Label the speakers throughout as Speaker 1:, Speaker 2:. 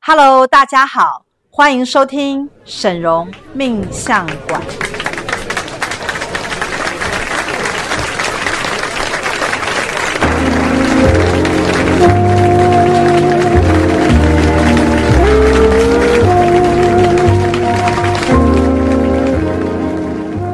Speaker 1: Hello，大家好，欢迎收听沈荣命相馆。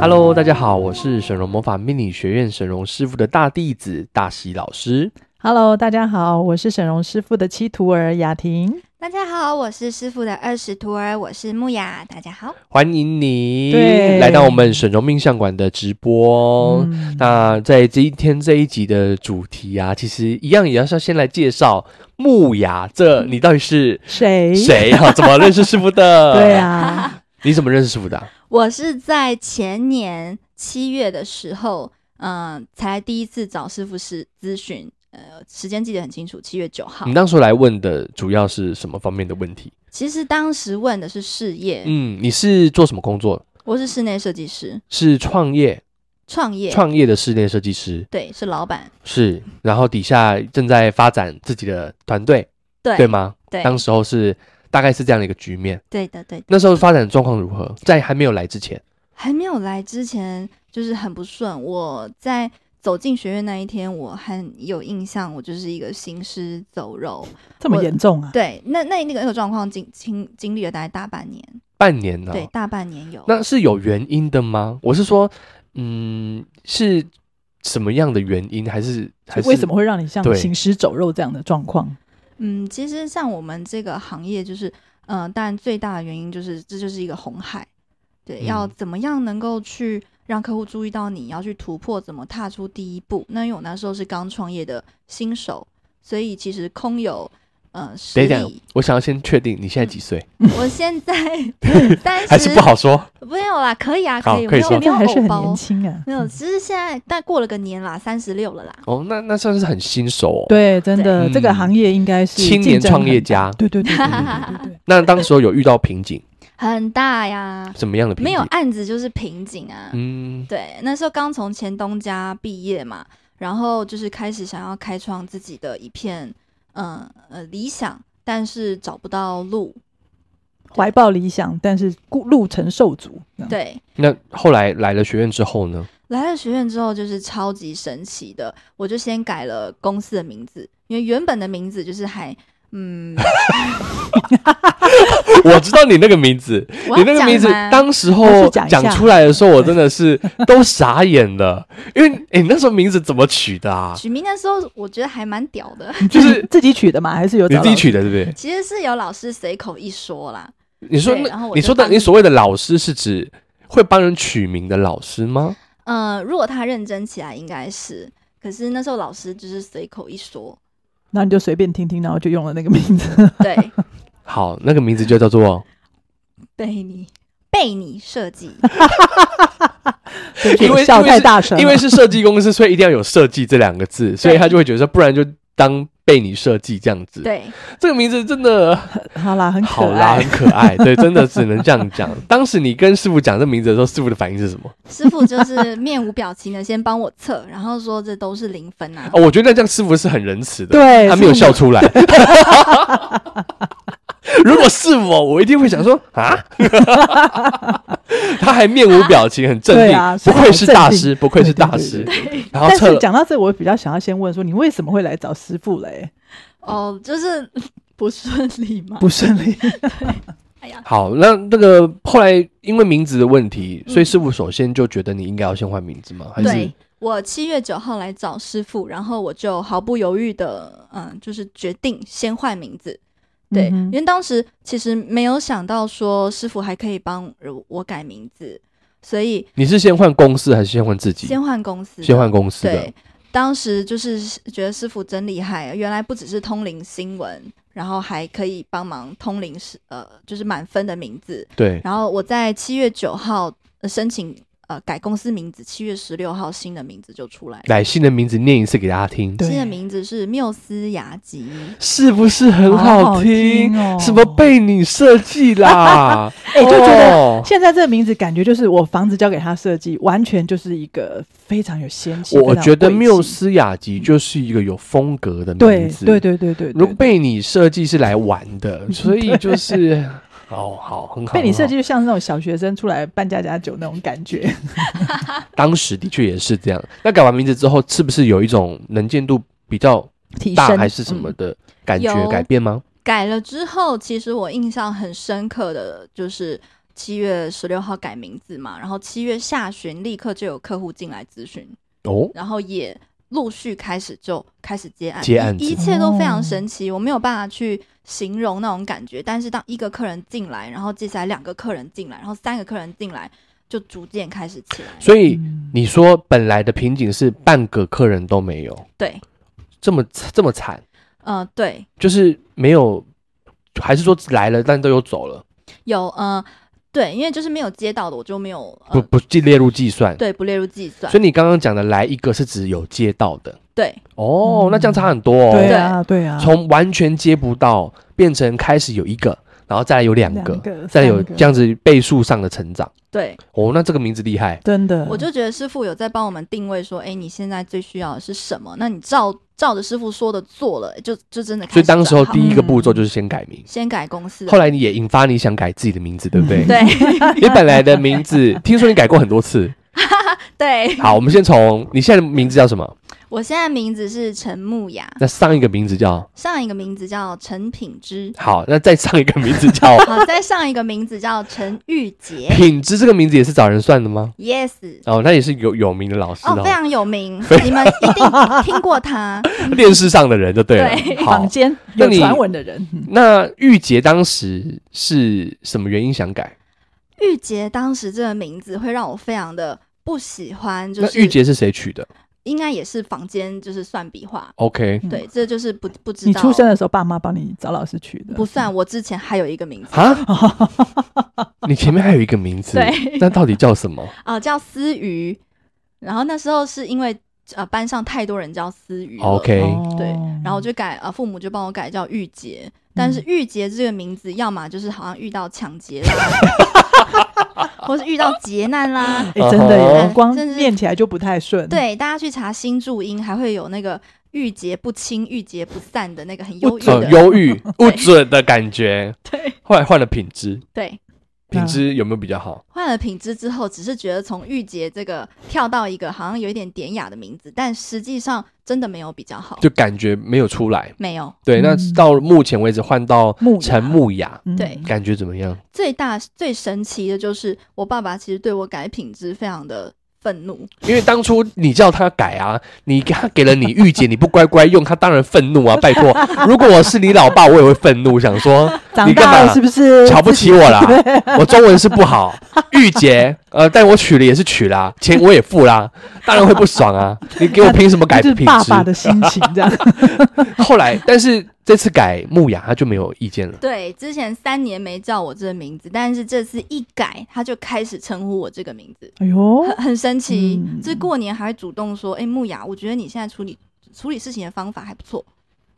Speaker 2: Hello，大家好，我是沈荣魔法命理学院沈荣师傅的大弟子大喜老师。
Speaker 3: Hello，大家好，我是沈荣师傅的七徒儿雅婷。
Speaker 4: 大家好，我是师傅的二十徒儿，我是木雅。大家好，
Speaker 2: 欢迎你
Speaker 3: 对
Speaker 2: 来到我们沈荣命相馆的直播。
Speaker 3: 嗯
Speaker 2: 那在今天这一集的主题啊，其实一样也要是要先来介绍木雅，这你到底是
Speaker 3: 嗯谁？？
Speaker 2: 谁 啊？怎么认识师傅的？
Speaker 3: 对， 啊，
Speaker 2: 你怎么认识师傅的啊、
Speaker 4: 我是在前年七月的时候，嗯、才第一次找师傅是咨询，呃，时间记得很清楚，七月九号
Speaker 2: 你。当初来问的主要是什么方面的问题？
Speaker 4: 其实当时问的是事业，
Speaker 2: 嗯，你是做什么工作？
Speaker 4: 我是室内设计师，
Speaker 2: 是创业，
Speaker 4: 创业，
Speaker 2: 创业的室内设计师。
Speaker 4: 对，是老板，
Speaker 2: 是，然后底下正在发展自己的团队，
Speaker 4: 对，
Speaker 2: 对？吗？
Speaker 4: 对
Speaker 2: 当时候是大概是这样的一个局面。
Speaker 4: 对的，对的。
Speaker 2: 那时候发展状况如何？在还没有来之前，
Speaker 4: 还没有来之前，就是很不顺。我在走进学院那一天，我很有印象，我就是一个行尸走肉。
Speaker 3: 这么严重啊？
Speaker 4: 对，那那那个那个状况经经经历了大概大半年，
Speaker 2: 半年呢、
Speaker 4: 对，大半年有。
Speaker 2: 哦那是有原因的吗？我是说，嗯，是什么样的原因？还是还是
Speaker 3: 为什么？会让你像
Speaker 2: 对
Speaker 3: 行尸走肉这样的状况？
Speaker 4: 嗯，其实像我们这个行业，就是嗯、呃，当然最大的原因就是这就是一个红海，对，
Speaker 2: 嗯
Speaker 4: 要怎么样能够去让客户注意到你，要去突破，怎么踏出第一步？那因为我那时候是刚创业的新手，所以其实空有呃实
Speaker 2: 等一下
Speaker 4: 力。，
Speaker 2: 我想要先确定你现在几岁，
Speaker 4: 我 现在三十，
Speaker 2: 还是不好说？
Speaker 4: 没有啦，可以啊，
Speaker 2: 好
Speaker 4: 可以，
Speaker 2: 可以说
Speaker 4: 没
Speaker 3: 现在
Speaker 4: 有没有
Speaker 3: 还是
Speaker 4: 偶
Speaker 3: 很
Speaker 4: 包
Speaker 3: 年，轻啊。
Speaker 4: 没有，只是现在但过了个年啦，三十六了啦。
Speaker 2: 哦，那那算是很新手哦。，
Speaker 3: 对，真的，
Speaker 2: 对
Speaker 3: 这个行业应该是
Speaker 2: 青年
Speaker 3: 竞争
Speaker 2: 创业
Speaker 3: 很大
Speaker 2: 家
Speaker 3: 对对对对对对对
Speaker 2: 那当时候有遇到瓶颈，
Speaker 4: 很大呀，
Speaker 2: 什么样的瓶颈？
Speaker 4: 没有案子就是瓶颈啊。
Speaker 2: 嗯，
Speaker 4: 对，那时候刚从前东家毕业嘛，然后就是开始想要开创自己的一片，嗯呃理想，但是找不到路。
Speaker 3: 怀抱理想，但是顾路程受阻。这
Speaker 2: 嗯
Speaker 3: 样，
Speaker 4: 对，
Speaker 2: 那后来来了学院之后 呢？
Speaker 4: 来了学院之后就是超级神奇的，我就先改了公司的名字，因为原本的名字就是还 嗯，
Speaker 2: 我知道你那个名字，
Speaker 4: 我
Speaker 2: 你
Speaker 4: 要
Speaker 2: 那个
Speaker 4: 讲
Speaker 2: 名字
Speaker 4: 吗
Speaker 2: 当时
Speaker 3: 还
Speaker 2: 候
Speaker 3: 是讲一下
Speaker 2: 讲出来的时候，我真的是都傻眼了，因为 诶，你那时候名字怎么取的啊？
Speaker 4: 取名的时候，我觉得还蛮屌的，
Speaker 3: 你
Speaker 2: 就
Speaker 3: 自
Speaker 2: 是
Speaker 3: 己 自己取的吗？嗯还是有
Speaker 2: 你
Speaker 3: 找
Speaker 2: 自己
Speaker 3: 到
Speaker 2: 取的对不对？
Speaker 4: 其实是有老师随口一说啦，
Speaker 2: 你说
Speaker 4: 对然
Speaker 2: 那
Speaker 4: 后我
Speaker 2: 你
Speaker 4: 就
Speaker 2: 说的
Speaker 4: 帮
Speaker 2: 你所谓的老师是指会帮人取名的老师吗？
Speaker 4: 嗯，如果他认真起来，应该是。可是那时候老师就是随口一说，
Speaker 3: 然后你就随便听听，然后就用了那个名 字。
Speaker 4: 对
Speaker 2: 好，那个名字就叫做
Speaker 4: 贝尼贝尼设计，
Speaker 3: 对不起
Speaker 2: 因为
Speaker 3: 笑
Speaker 2: 因为
Speaker 3: 太
Speaker 2: 是
Speaker 3: 大声了，
Speaker 2: 因为是设计公司，所以一定要有设计这两个 字，所以他就会觉得说，不然就当被你设计这样子。
Speaker 4: 对，
Speaker 2: 这个名字真的
Speaker 3: 好啦，很可
Speaker 2: 好啦，
Speaker 3: 爱
Speaker 2: 很。可爱，对，真的只能这样讲。当时你跟师傅讲这名字的时候，师傅的反应是什么？
Speaker 4: 师傅就是面无表情的先帮我测，然后说这都是零分啊。
Speaker 2: 哦，我觉得这样师傅是很仁慈的，
Speaker 3: 对，
Speaker 2: 他没有
Speaker 3: 哎是
Speaker 2: 笑出来。如果是我，我一定会想说啊， 他还面无表情，很镇
Speaker 3: 对
Speaker 2: 定，
Speaker 3: 啊
Speaker 2: 不愧是大
Speaker 3: 是
Speaker 2: 师，不愧是大师。
Speaker 3: 对
Speaker 2: 然后
Speaker 3: 但
Speaker 2: 测
Speaker 3: 是
Speaker 2: 了，
Speaker 3: 讲到这，我比较想要先问说，你为什么会来找师 傅嘞？
Speaker 4: 哦，就是 不顺利嘛。
Speaker 3: 不顺利，
Speaker 4: 哎呀，
Speaker 2: 好，那那个后来因为名字的问
Speaker 3: 嗯
Speaker 2: 题，所以师傅首先就觉得你应该要先换名字吗？还是
Speaker 4: 对我七月九号来找师傅，然后我就毫不犹豫的，嗯，就是决定先换名字。对，
Speaker 3: 嗯哼
Speaker 4: 因为当时其实没有想到说师傅还可以帮我改名字，所以
Speaker 2: 你是先换公司还是先换自己？
Speaker 4: 先换公司的，
Speaker 2: 先换公司的
Speaker 4: 对，，当时就是觉得师傅真厉害，原来不只是通灵新闻，然后还可以帮忙通灵是呃，就是满分的名字。
Speaker 2: 对，
Speaker 4: 然后我在七月九号、呃申请呃呃改公司名字，七月十六号新的名字就出来了。
Speaker 2: 来，新的名字念一次给大家听，
Speaker 3: 对
Speaker 4: 新的名字是缪斯雅集，
Speaker 2: 是不是很
Speaker 3: 好
Speaker 2: 好听？
Speaker 3: 哦，
Speaker 2: 什么被你设计啦？
Speaker 3: 哎、就觉得
Speaker 2: 哦
Speaker 3: 现在这个名字感觉就是我房子交给他设计，完全就是一个非常有仙气。
Speaker 2: 我觉得缪
Speaker 3: 缪，嗯
Speaker 2: 斯雅集就是一个有风格的
Speaker 3: 对
Speaker 2: 名字，
Speaker 3: 对对对对，
Speaker 2: 如果
Speaker 3: 对
Speaker 2: 被你设计是来玩 的，所以就是哦，好，很好。
Speaker 3: 被你设计，
Speaker 2: 很
Speaker 3: 就像是那种小学生出来办家家酒那种感觉。
Speaker 2: 好，当时的确也是这样。那改完名字之后，是不是有一种能见度比较
Speaker 3: 提
Speaker 2: 大
Speaker 3: 升
Speaker 2: 还是什么
Speaker 3: 嗯
Speaker 2: 的感觉
Speaker 4: 有
Speaker 2: 改变吗？
Speaker 4: 改了之后，其实我印象很深刻的就是七月十六号改名字嘛，然后七月下旬立刻就有客户进来咨询，
Speaker 2: 哦，
Speaker 4: 然后也陆续开始就开始接案，
Speaker 2: 接案子
Speaker 4: 一一切都非常神奇，我没有办法去形容那种感觉。但是当一个客人进来，然后接下来两个客人进来，然后三个客人进来，就逐渐开始起来。
Speaker 2: 所以
Speaker 3: 嗯
Speaker 2: 你说本来的瓶颈是半个客人都没有，
Speaker 4: 对，
Speaker 2: 这么这么惨，
Speaker 4: 呃，对，
Speaker 2: 就是没有，还是说来了但都有走了，
Speaker 4: 有呃，对，因为就是没有接到的，我就没有、
Speaker 2: 不
Speaker 4: 呃、
Speaker 3: 嗯
Speaker 2: 不计列入计算。
Speaker 4: 对不列入计算
Speaker 2: 所。以你刚刚讲的来一个是指有接到的
Speaker 4: 对，
Speaker 2: 哦，那这样差很多哦。
Speaker 3: 嗯对啊对啊，
Speaker 2: 从完全接不到变成开始有一个，然后再来有两个，
Speaker 3: 两个
Speaker 2: 再来有
Speaker 3: 三个
Speaker 2: 这样子倍数上的成长。
Speaker 4: 对，
Speaker 2: 哦，那这个名字厉害，
Speaker 3: 真的，
Speaker 4: 我就觉得师傅有在帮我们定位，说，哎，你现在最需要的是什么？那你照照着师傅说的做了，就就真的开
Speaker 2: 所
Speaker 4: 始
Speaker 2: 以
Speaker 4: 转
Speaker 2: 当
Speaker 4: 好。
Speaker 2: 时候第一个步骤就是先改名，
Speaker 4: 先改公司的，
Speaker 2: 后来你也引发你想改自己的名字，对不对？
Speaker 4: 嗯对
Speaker 2: 你本来的名字， 听说你改过很多次。
Speaker 4: 对，
Speaker 2: 好，我们先从你现在的名字叫什么？
Speaker 4: 我现在名字是陈木雅，
Speaker 2: 那上一个名字叫，
Speaker 4: 上一个名字叫陈品之
Speaker 2: 好，那再上一个名字 叫
Speaker 4: 好，再上一个名字叫陈玉洁
Speaker 2: 品质，这个名字也是找人算的吗？
Speaker 4: ，yes，
Speaker 2: 哦，那也是有有名的老师
Speaker 4: 哦，非
Speaker 2: 哦，
Speaker 4: 常有名，你们一定听过他，
Speaker 2: 电视上的人就对了。
Speaker 4: 对
Speaker 2: 好
Speaker 3: 坊，间
Speaker 2: 那
Speaker 3: 有
Speaker 2: 你
Speaker 3: 传闻的人，嗯
Speaker 2: 那玉洁当时是什么原因想改？
Speaker 4: 玉洁当时这个名字会让我非常的不喜欢，就
Speaker 2: 那玉
Speaker 4: 是
Speaker 2: 洁是谁取的
Speaker 4: 应该也是房间就是算笔画，
Speaker 2: ？OK，
Speaker 3: 嗯
Speaker 4: 对，这就是不不知
Speaker 3: 你
Speaker 4: 道
Speaker 3: 出生的时候，爸妈帮你找老师取的，
Speaker 4: 不算，我之前还有一个名字，
Speaker 2: 啊，你前面还有一个名字，
Speaker 4: 对
Speaker 2: 那到底叫什么？
Speaker 4: 啊、叫思瑜，然后那时候是因为呃班上太多人叫思瑜了
Speaker 2: OK
Speaker 3: 哦
Speaker 4: 对，然后我就改呃，父母就帮我改叫玉洁，但是玉洁这个名字，要么就是好像遇到抢劫啦， 或是遇到劫难啦。
Speaker 3: 哎，真的耶
Speaker 2: 哦，
Speaker 3: 光
Speaker 4: 甚至
Speaker 3: 念起来就不太顺，，
Speaker 4: 对，大家去查新注音，还会有那个玉洁不清、玉洁不散的那个很忧郁
Speaker 2: 呃，
Speaker 4: 的。
Speaker 2: 忧 郁、不准的感觉。
Speaker 4: 对嗯
Speaker 2: 后来换了品质，
Speaker 4: 对，
Speaker 2: 品质有没有比较好？
Speaker 4: 换了品质之后，只是觉得从玉洁这个跳到一个好像有一点典雅的名字，但实际上真的没有比较好，
Speaker 2: 就感觉没有出来。
Speaker 4: 没有。
Speaker 2: 对，那
Speaker 3: 嗯
Speaker 2: 到目前为止换到
Speaker 3: 木
Speaker 2: 陈木雅，
Speaker 3: 嗯
Speaker 4: 对
Speaker 2: 感觉怎么样？
Speaker 4: 最大最神奇的就是，我爸爸其实对我改品质非常的愤怒，
Speaker 2: 因为当初你叫他改啊，你给他给了你御姐，你不乖乖用，他当然愤怒 啊！拜托，如果我是你老爸，我也会愤怒，想说
Speaker 3: 长
Speaker 2: 你干
Speaker 3: 大
Speaker 2: 嘛
Speaker 3: 了是不是
Speaker 2: 瞧不起我啦， 我中文是不好，御姐，呃，但我娶了也是娶啦，钱我也付啦，当然会不爽啊！你给我凭什么改
Speaker 3: 就
Speaker 2: 品
Speaker 3: 是爸
Speaker 2: 质？
Speaker 3: 爸的心情 这样？
Speaker 2: 后来，但是这次改木雅，他就没有意见了。
Speaker 4: 对，之前三年没叫我这个名字，但是这次一改，他就开始称呼我这个名字，
Speaker 3: 哎呦，
Speaker 4: 很很神奇。
Speaker 3: 嗯
Speaker 4: 这过年还会主动说：“哎、木雅，我觉得你现在处理处理事情的方法还不错，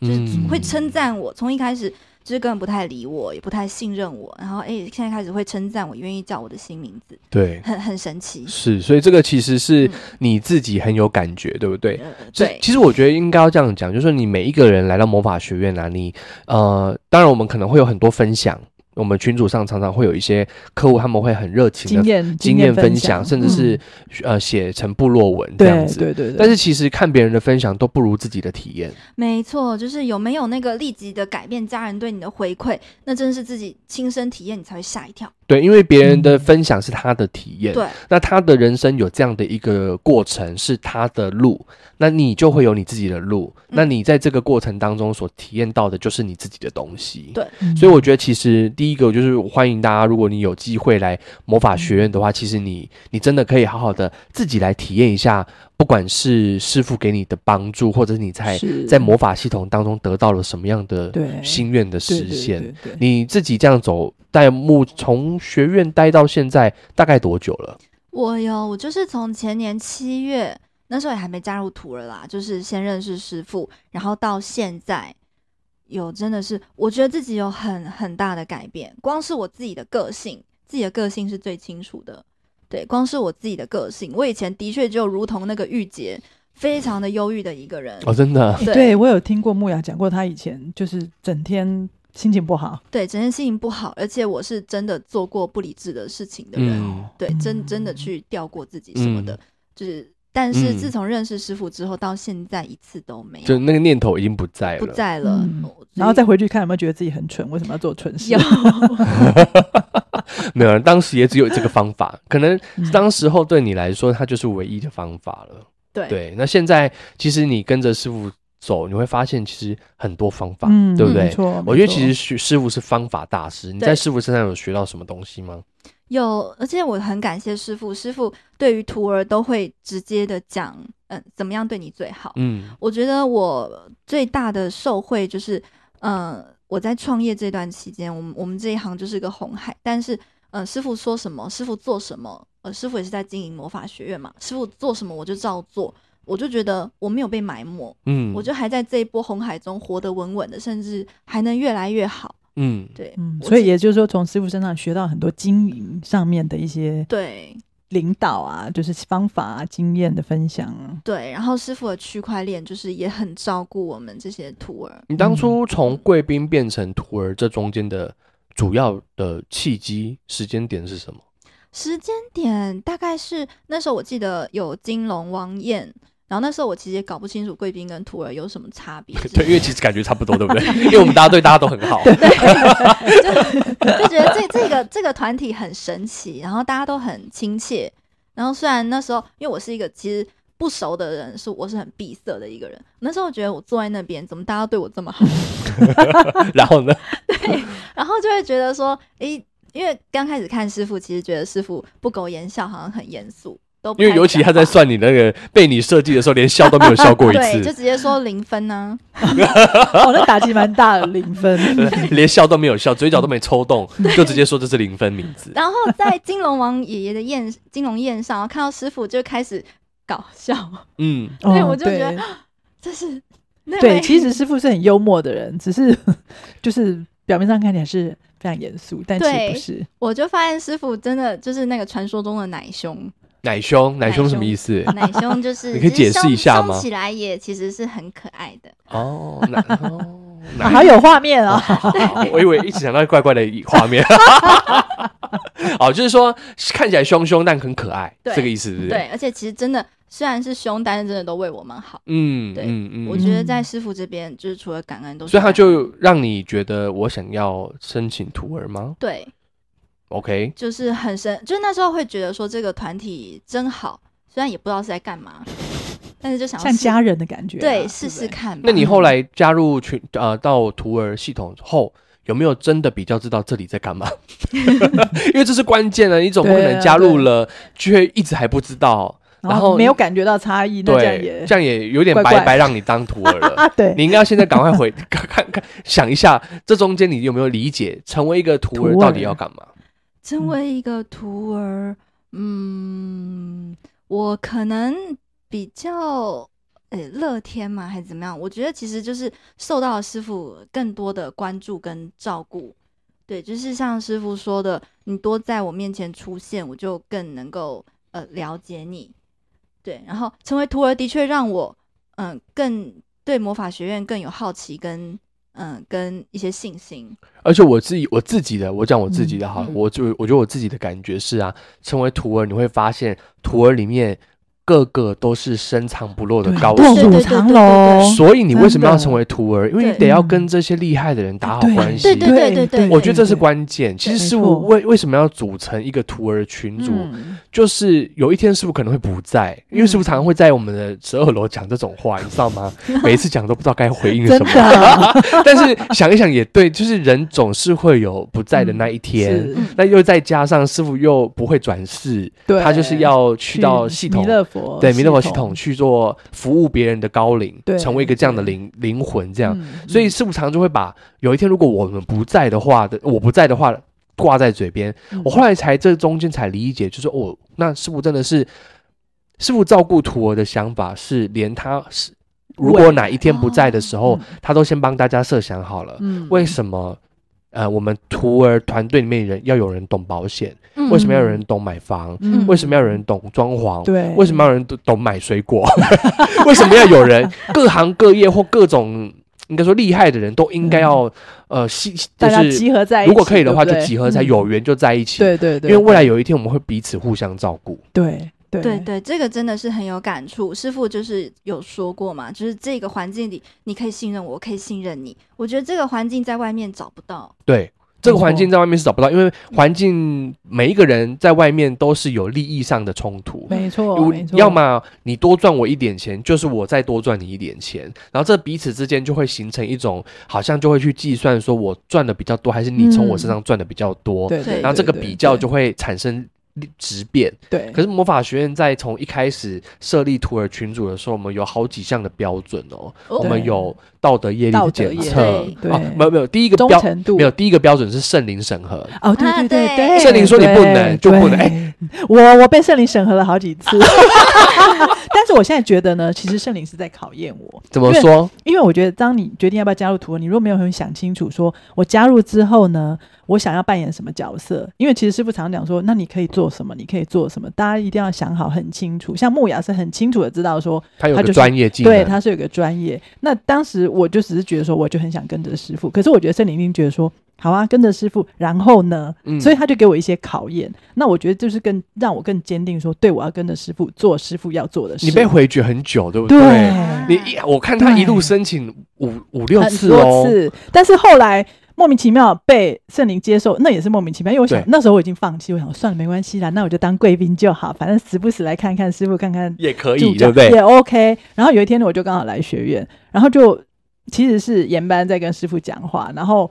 Speaker 4: 就是
Speaker 2: 嗯
Speaker 4: 会称赞我。从一开始就是根本不太理我，也不太信任我，然后哎、现在开始会称赞我，愿意叫我的新名字，
Speaker 2: 对，
Speaker 4: 很很神奇。
Speaker 2: 是，所以这个其实是
Speaker 4: 嗯
Speaker 2: 你自己很有感觉，对不对？
Speaker 4: 呃
Speaker 2: 这
Speaker 4: 对，
Speaker 2: 其实我觉得应该要这样讲，就是说你每一个人来到魔法学院啊，你呃，当然我们可能会有很多分享，我们群组上常常会有一些客户他们会很热情
Speaker 3: 经
Speaker 2: 的
Speaker 3: 验
Speaker 2: 经验分享，
Speaker 3: 享，
Speaker 2: 甚至是、呃写成部落文
Speaker 3: 嗯
Speaker 2: 这样
Speaker 3: 对
Speaker 2: 子。
Speaker 3: 对对对，
Speaker 2: 但是其实看别人的分享都不如自己的体验，
Speaker 4: 没错，就是有没有那个立即的改变家人对你的回馈，那真是自己亲身体验，你才会吓一跳。
Speaker 2: 对，因为别人的分享是他的体验，
Speaker 3: 嗯
Speaker 4: 对，
Speaker 2: 那他的人生有这样的一个过程是他的路，那你就会有你自己的路，
Speaker 3: 嗯
Speaker 2: 那你在这个过程当中所体验到的就是你自己的东西，
Speaker 4: 对
Speaker 3: 嗯
Speaker 2: 所以我觉得，其实第一个就是欢迎大家，如果你有机会来魔法学院的话，其实你你真的可以好好的自己来体验一下，不管是师傅给你的帮助，或者是你在
Speaker 3: 是
Speaker 2: 在魔法系统当中得到了什么样的
Speaker 3: 对
Speaker 2: 心愿的
Speaker 3: 对
Speaker 2: 实
Speaker 3: 对
Speaker 2: 现。
Speaker 3: 对对
Speaker 2: 你自己这样走，在目从学院待到现在大概多久了？
Speaker 4: 我有，我就是从前年七月那时候也还没加入图了啦，就是先认识师傅，然后到现在，有真的是我觉得自己有很很大的改变，光是我自己的个性，自己的个性是最清楚的。对，光是我自己的个性，我以前的确就如同那个玉洁，非常的忧郁的一个人。
Speaker 2: 哦，真的，
Speaker 4: 对
Speaker 3: 哎 对我有听过木雅讲过，她以前就是整天心情不好，
Speaker 4: 对，整件事情不好，而且我是真的做过不理智的事情的人，
Speaker 2: 嗯，
Speaker 4: 对，真真的去吊过自己什么的，就是。但是自从认识师傅之后，到现在一次都没
Speaker 2: 嗯就
Speaker 4: 有，
Speaker 2: 那个念头已经不在
Speaker 4: 不
Speaker 2: 了。
Speaker 4: 在了。哦
Speaker 3: 嗯
Speaker 4: 我所
Speaker 3: 然后
Speaker 4: 以
Speaker 3: 再回去看有没有觉得自己很蠢，为什么要做蠢事？
Speaker 4: 有
Speaker 2: 没有，当时也只有这个方法，可能
Speaker 3: 嗯
Speaker 2: 当时候对你来说，它就是唯一的方法了。
Speaker 4: 对
Speaker 2: 对，那现在其实你跟着师傅走，你会发现其实很多方法， 对不
Speaker 3: 嗯没
Speaker 2: 对？
Speaker 3: 错，
Speaker 2: 我觉得
Speaker 3: 没错
Speaker 2: 其实师师傅是方法大师。你
Speaker 4: 对
Speaker 2: 在师傅身上有学到什么东西吗？
Speaker 4: 有，而且我很感谢师傅，师傅对于徒儿都会直接的讲，嗯，怎么样对你最好。
Speaker 2: 嗯
Speaker 4: 我觉得我最大的受惠就是，嗯，我在创业这段期间，我们我们这一行就是个红海，但是，嗯，师傅说什么，师傅做什么，呃，师傅也是在经营魔法学院嘛，师傅做什么我就照做，我就觉得我没有被埋没，
Speaker 2: 嗯，
Speaker 4: 我就还在这一波红海中活得稳稳的，甚至还能越来越好。
Speaker 2: 嗯
Speaker 4: 对，
Speaker 3: 嗯，
Speaker 4: 我
Speaker 3: 所以
Speaker 4: 是
Speaker 3: 也就是说，从师傅身上学到很多经营上面的一些
Speaker 4: 对
Speaker 3: 领导啊，就是方法啊、经验的分享 啊。
Speaker 4: 对，然后师傅的区块链就是也很照顾我们这些徒儿。
Speaker 2: 你当初从贵宾变成徒儿，这中间的主要的契机、时间点是什么？
Speaker 4: 时间点大概是那时候，我记得有金龙王宴，然后那时候我其实也搞不清楚贵宾跟徒儿有什么差 别，就
Speaker 2: 因为其实感觉差不多，对不对？因为我们大家对大家都很好。
Speaker 4: 就觉得这这个这个团体很神奇，然后大家都很亲切。然后虽然那时候因为我是一个其实不熟的人，是我是很闭塞的一个人，那时候我觉得我坐在那边怎么大家对我这么 好，
Speaker 2: 然后呢？
Speaker 4: 然后就会觉得说，诶，因为刚开始看师傅，其实觉得师傅不苟言笑，好像很严肃，都不
Speaker 2: 因为
Speaker 4: 太
Speaker 2: 尤其
Speaker 4: 讲
Speaker 2: 他在
Speaker 4: 话
Speaker 2: 算你那个被你设计的时候，连笑都没有笑过一
Speaker 4: 对，就
Speaker 2: 次，
Speaker 4: 直接说零分啊呢、
Speaker 3: 哦，那打击蛮大的，零分。
Speaker 2: 连笑都没有笑，嘴角都没抽动，就直接说这是零分名字。
Speaker 4: 然后在金龙王爷爷的宴金龙宴上，看到师傅就开始搞笑，
Speaker 2: 嗯，
Speaker 4: 对
Speaker 3: 哦
Speaker 4: 我就觉得
Speaker 3: 对
Speaker 4: 这是那
Speaker 3: 对，
Speaker 4: 位
Speaker 3: 其实师傅是很幽默的人，只是就是表面上看起来是非常严肃，但其实
Speaker 4: 对
Speaker 3: 不是。
Speaker 4: 我就发现师傅真的就是那个传说中的奶 兄，
Speaker 2: 奶兄，奶
Speaker 4: 奶
Speaker 2: 兄
Speaker 4: 兄
Speaker 2: 什么意思？
Speaker 4: 奶兄就是
Speaker 2: 你可以解释一下
Speaker 4: 就是
Speaker 2: 吗
Speaker 4: 凶起来也其实是很可爱的，
Speaker 2: 哦，奶哦，
Speaker 3: 啊、
Speaker 2: 奶
Speaker 3: 好有画面啊、
Speaker 2: 我以为一直想到怪怪的画面。哦，就是说看起来凶凶，但很可爱，
Speaker 4: 对
Speaker 2: 这个意思是不是？
Speaker 4: 对，而且其实真的虽然是凶，但是真的都为我们好。
Speaker 2: 嗯，
Speaker 4: 对
Speaker 2: 嗯嗯，
Speaker 4: 我觉得在师傅这边，就是除了感恩都是
Speaker 2: 所以
Speaker 4: 感
Speaker 2: 他
Speaker 4: 恩，
Speaker 2: 就让你觉得我想要申请徒儿吗
Speaker 4: 对，
Speaker 2: ？OK，
Speaker 4: 就是很深，就是那时候会觉得说这个团体真好，虽然也不知道是在干嘛，但是就想要
Speaker 3: 像
Speaker 4: 试
Speaker 3: 家人的感觉啊、
Speaker 4: 对
Speaker 3: 不
Speaker 4: 试试。看吧。
Speaker 2: 那你后来加入群呃到徒儿系统后，有没有真的比较知道这里在干 嘛？因为这是关键啊，你总不可
Speaker 3: 对
Speaker 2: 能
Speaker 3: 啊
Speaker 2: 加入了却一直还不知道，
Speaker 3: 然
Speaker 2: 然后
Speaker 3: 后没有感觉到差异，那这样
Speaker 2: 对
Speaker 3: 也，
Speaker 2: 这样也有点
Speaker 3: 怪
Speaker 2: 白
Speaker 3: 怪
Speaker 2: 白让你当徒儿了。
Speaker 3: 啊，对，
Speaker 2: 你应该现在赶快回看看看，想一下这中间你有没有理解，成为一个徒儿
Speaker 3: 徒儿
Speaker 2: 到底要干嘛？
Speaker 4: 成为一个徒儿，嗯，我可能比较呃乐天嘛，还是怎么样？我觉得其实就是受到了师傅更多的关注跟照顾。对，就是像师傅说的，你多在我面前出现，我就更能够呃了解你。对，然后成为徒儿的确让我嗯、更对魔法学院更有好奇跟嗯、跟一些信心。
Speaker 2: 而且我自己我自己的，我讲我自己的好了，
Speaker 4: 嗯嗯
Speaker 2: 我就我觉得我自己的感觉是啊，成为徒儿，你会发现徒儿里面个个都是深藏不露的
Speaker 3: 对
Speaker 2: 高
Speaker 3: 动
Speaker 2: 手
Speaker 4: 对。
Speaker 3: 如
Speaker 4: 对
Speaker 3: 长
Speaker 4: 对对
Speaker 3: 龙，
Speaker 2: 所以你为什么要
Speaker 3: 真的嗯
Speaker 2: 成为徒儿？因为你
Speaker 4: 对
Speaker 2: 得要跟这些厉害的人打好
Speaker 3: 对
Speaker 2: 关系。
Speaker 4: 对对对对对
Speaker 2: 我觉得这是关键。其实
Speaker 3: 没
Speaker 2: 师傅
Speaker 3: 错
Speaker 2: 为为什么要组成一个徒儿群组？
Speaker 3: 嗯
Speaker 2: 就是有一天师傅可能会不在，因为师傅常常会在我们的十二楼讲这种话，你知道 吗？每一次讲都不知道该回应
Speaker 3: 真
Speaker 2: 什么。
Speaker 3: 的
Speaker 2: 但是想一想也对，就是人总是会有不在的那一天。
Speaker 3: 是
Speaker 2: 那又再加上师傅又不会转世，
Speaker 3: 对
Speaker 2: 他就是要去到系统
Speaker 3: 弥，勒佛，
Speaker 2: 对弥勒佛系统去做服务别人的高龄，
Speaker 3: 对
Speaker 2: 成为一个这样的
Speaker 3: 对
Speaker 2: 灵灵魂这样。
Speaker 3: 嗯
Speaker 2: 所以师傅常常就会把有一天如果我们不在的话的，我不在的话挂在嘴边。
Speaker 3: 嗯
Speaker 2: 我后来才这中间才理解，就是我、哦、那师傅真的是，师傅照顾徒儿的想法是，连他是如
Speaker 3: 未
Speaker 2: 果
Speaker 3: 来
Speaker 2: 哪一天不在的时候，
Speaker 3: 哦嗯
Speaker 2: 他都先帮大家设想好了。
Speaker 3: 嗯
Speaker 2: 为什么？呃，我们徒儿团队里面人要有人懂保险，
Speaker 4: 嗯
Speaker 2: 为什么要有人懂买房？
Speaker 4: 嗯
Speaker 2: 为什么要有人懂装潢？
Speaker 3: 对？
Speaker 2: 为什么要有人懂懂买水果？ 为什么要有人各行各业或各种应该说厉害的人都应该要、呃吸，就
Speaker 3: 嗯大家
Speaker 2: 是
Speaker 3: 集合在一起？
Speaker 2: 如果可以的话，
Speaker 3: 对不
Speaker 2: 就
Speaker 3: 对
Speaker 2: 集合才
Speaker 3: 嗯
Speaker 2: 有缘就在一起。
Speaker 3: 对对对，
Speaker 2: 因为未来有一天我们会彼此互相照顾。
Speaker 3: 对对
Speaker 4: 对对，这个真的是很有感触。师傅就是有说过嘛，就是这个环境里，你可以信任我，我可以信任你。我觉得这个环境在外面找不到。
Speaker 2: 对，这个
Speaker 3: 没错
Speaker 2: 环境在外面是找不到，因为环境每一个人在外面都是有利益上的冲突。
Speaker 3: 没错
Speaker 2: 有
Speaker 3: 没错，
Speaker 2: 要么你多赚我一点钱，就是我再多赚你一点钱，然后这彼此之间就会形成一种，好像就会去计算，说我赚的比较多，还是你从我身上赚的比较多，
Speaker 3: 对对，
Speaker 2: 然后这个
Speaker 3: 对
Speaker 2: 比较就会产生质变。
Speaker 3: 对，
Speaker 2: 可是魔法学院在从一开始设立徒儿群组的时候，我们有好几项的标准哦，
Speaker 4: 哦
Speaker 2: 我们
Speaker 3: 对
Speaker 2: 有道德业力
Speaker 3: 道
Speaker 2: 的
Speaker 3: 德
Speaker 2: 检
Speaker 3: 业
Speaker 2: 测，
Speaker 4: 力
Speaker 3: 对
Speaker 2: 哦，没有没有，第一个
Speaker 3: 忠
Speaker 2: 标
Speaker 3: 诚度
Speaker 2: 没有第一个标准是圣灵审核，
Speaker 3: 哦，对
Speaker 4: 啊
Speaker 3: 对对
Speaker 4: 对
Speaker 3: 对，
Speaker 2: 圣灵说你不能
Speaker 3: 对
Speaker 2: 就不能
Speaker 3: 对我我被圣灵审核了好几次， 但是我现在觉得呢，其实圣灵是在考验我，
Speaker 2: 怎么说？
Speaker 3: 因为我觉得当你决定要不要加入图文，你如果没有很想清楚说，我加入之后呢，我想要扮演什么角色？因为其实师傅常讲说，那你可以做什么，你可以做什么，大家一定要想好很清楚。像木雅是很清楚的知道说，
Speaker 2: 他有
Speaker 3: 他
Speaker 2: 个
Speaker 3: 就是
Speaker 2: 专业技能，
Speaker 3: 对，他是有一个专业。那当时我就只是觉得说，我就很想跟着师傅，可是我觉得圣灵一定觉得说，好啊，跟着师傅，然后呢，
Speaker 2: 嗯
Speaker 3: 所以他就给我一些考验。那我觉得就是更让我更坚定说，对我要跟着师傅做师傅要做的事。
Speaker 2: 你被回绝很久，对不
Speaker 3: 对。啊
Speaker 2: 你一我看他一路
Speaker 3: 对
Speaker 2: 申请五五六
Speaker 3: 很
Speaker 2: 次
Speaker 3: 多
Speaker 2: 哦，
Speaker 3: 次，但是后来莫名其妙被圣灵接受，那也是莫名其妙，因为我想
Speaker 2: 对
Speaker 3: 那时候我已经放弃，我想算了，没关系啦，那我就当贵宾就好，反正时不时来看看师傅，看看
Speaker 2: 也可
Speaker 3: 助
Speaker 2: 以，对
Speaker 3: 教
Speaker 2: 不对
Speaker 3: 也？OK。然后有一天呢，我就刚好来学院，然后就其实是研班在跟师傅讲话，然后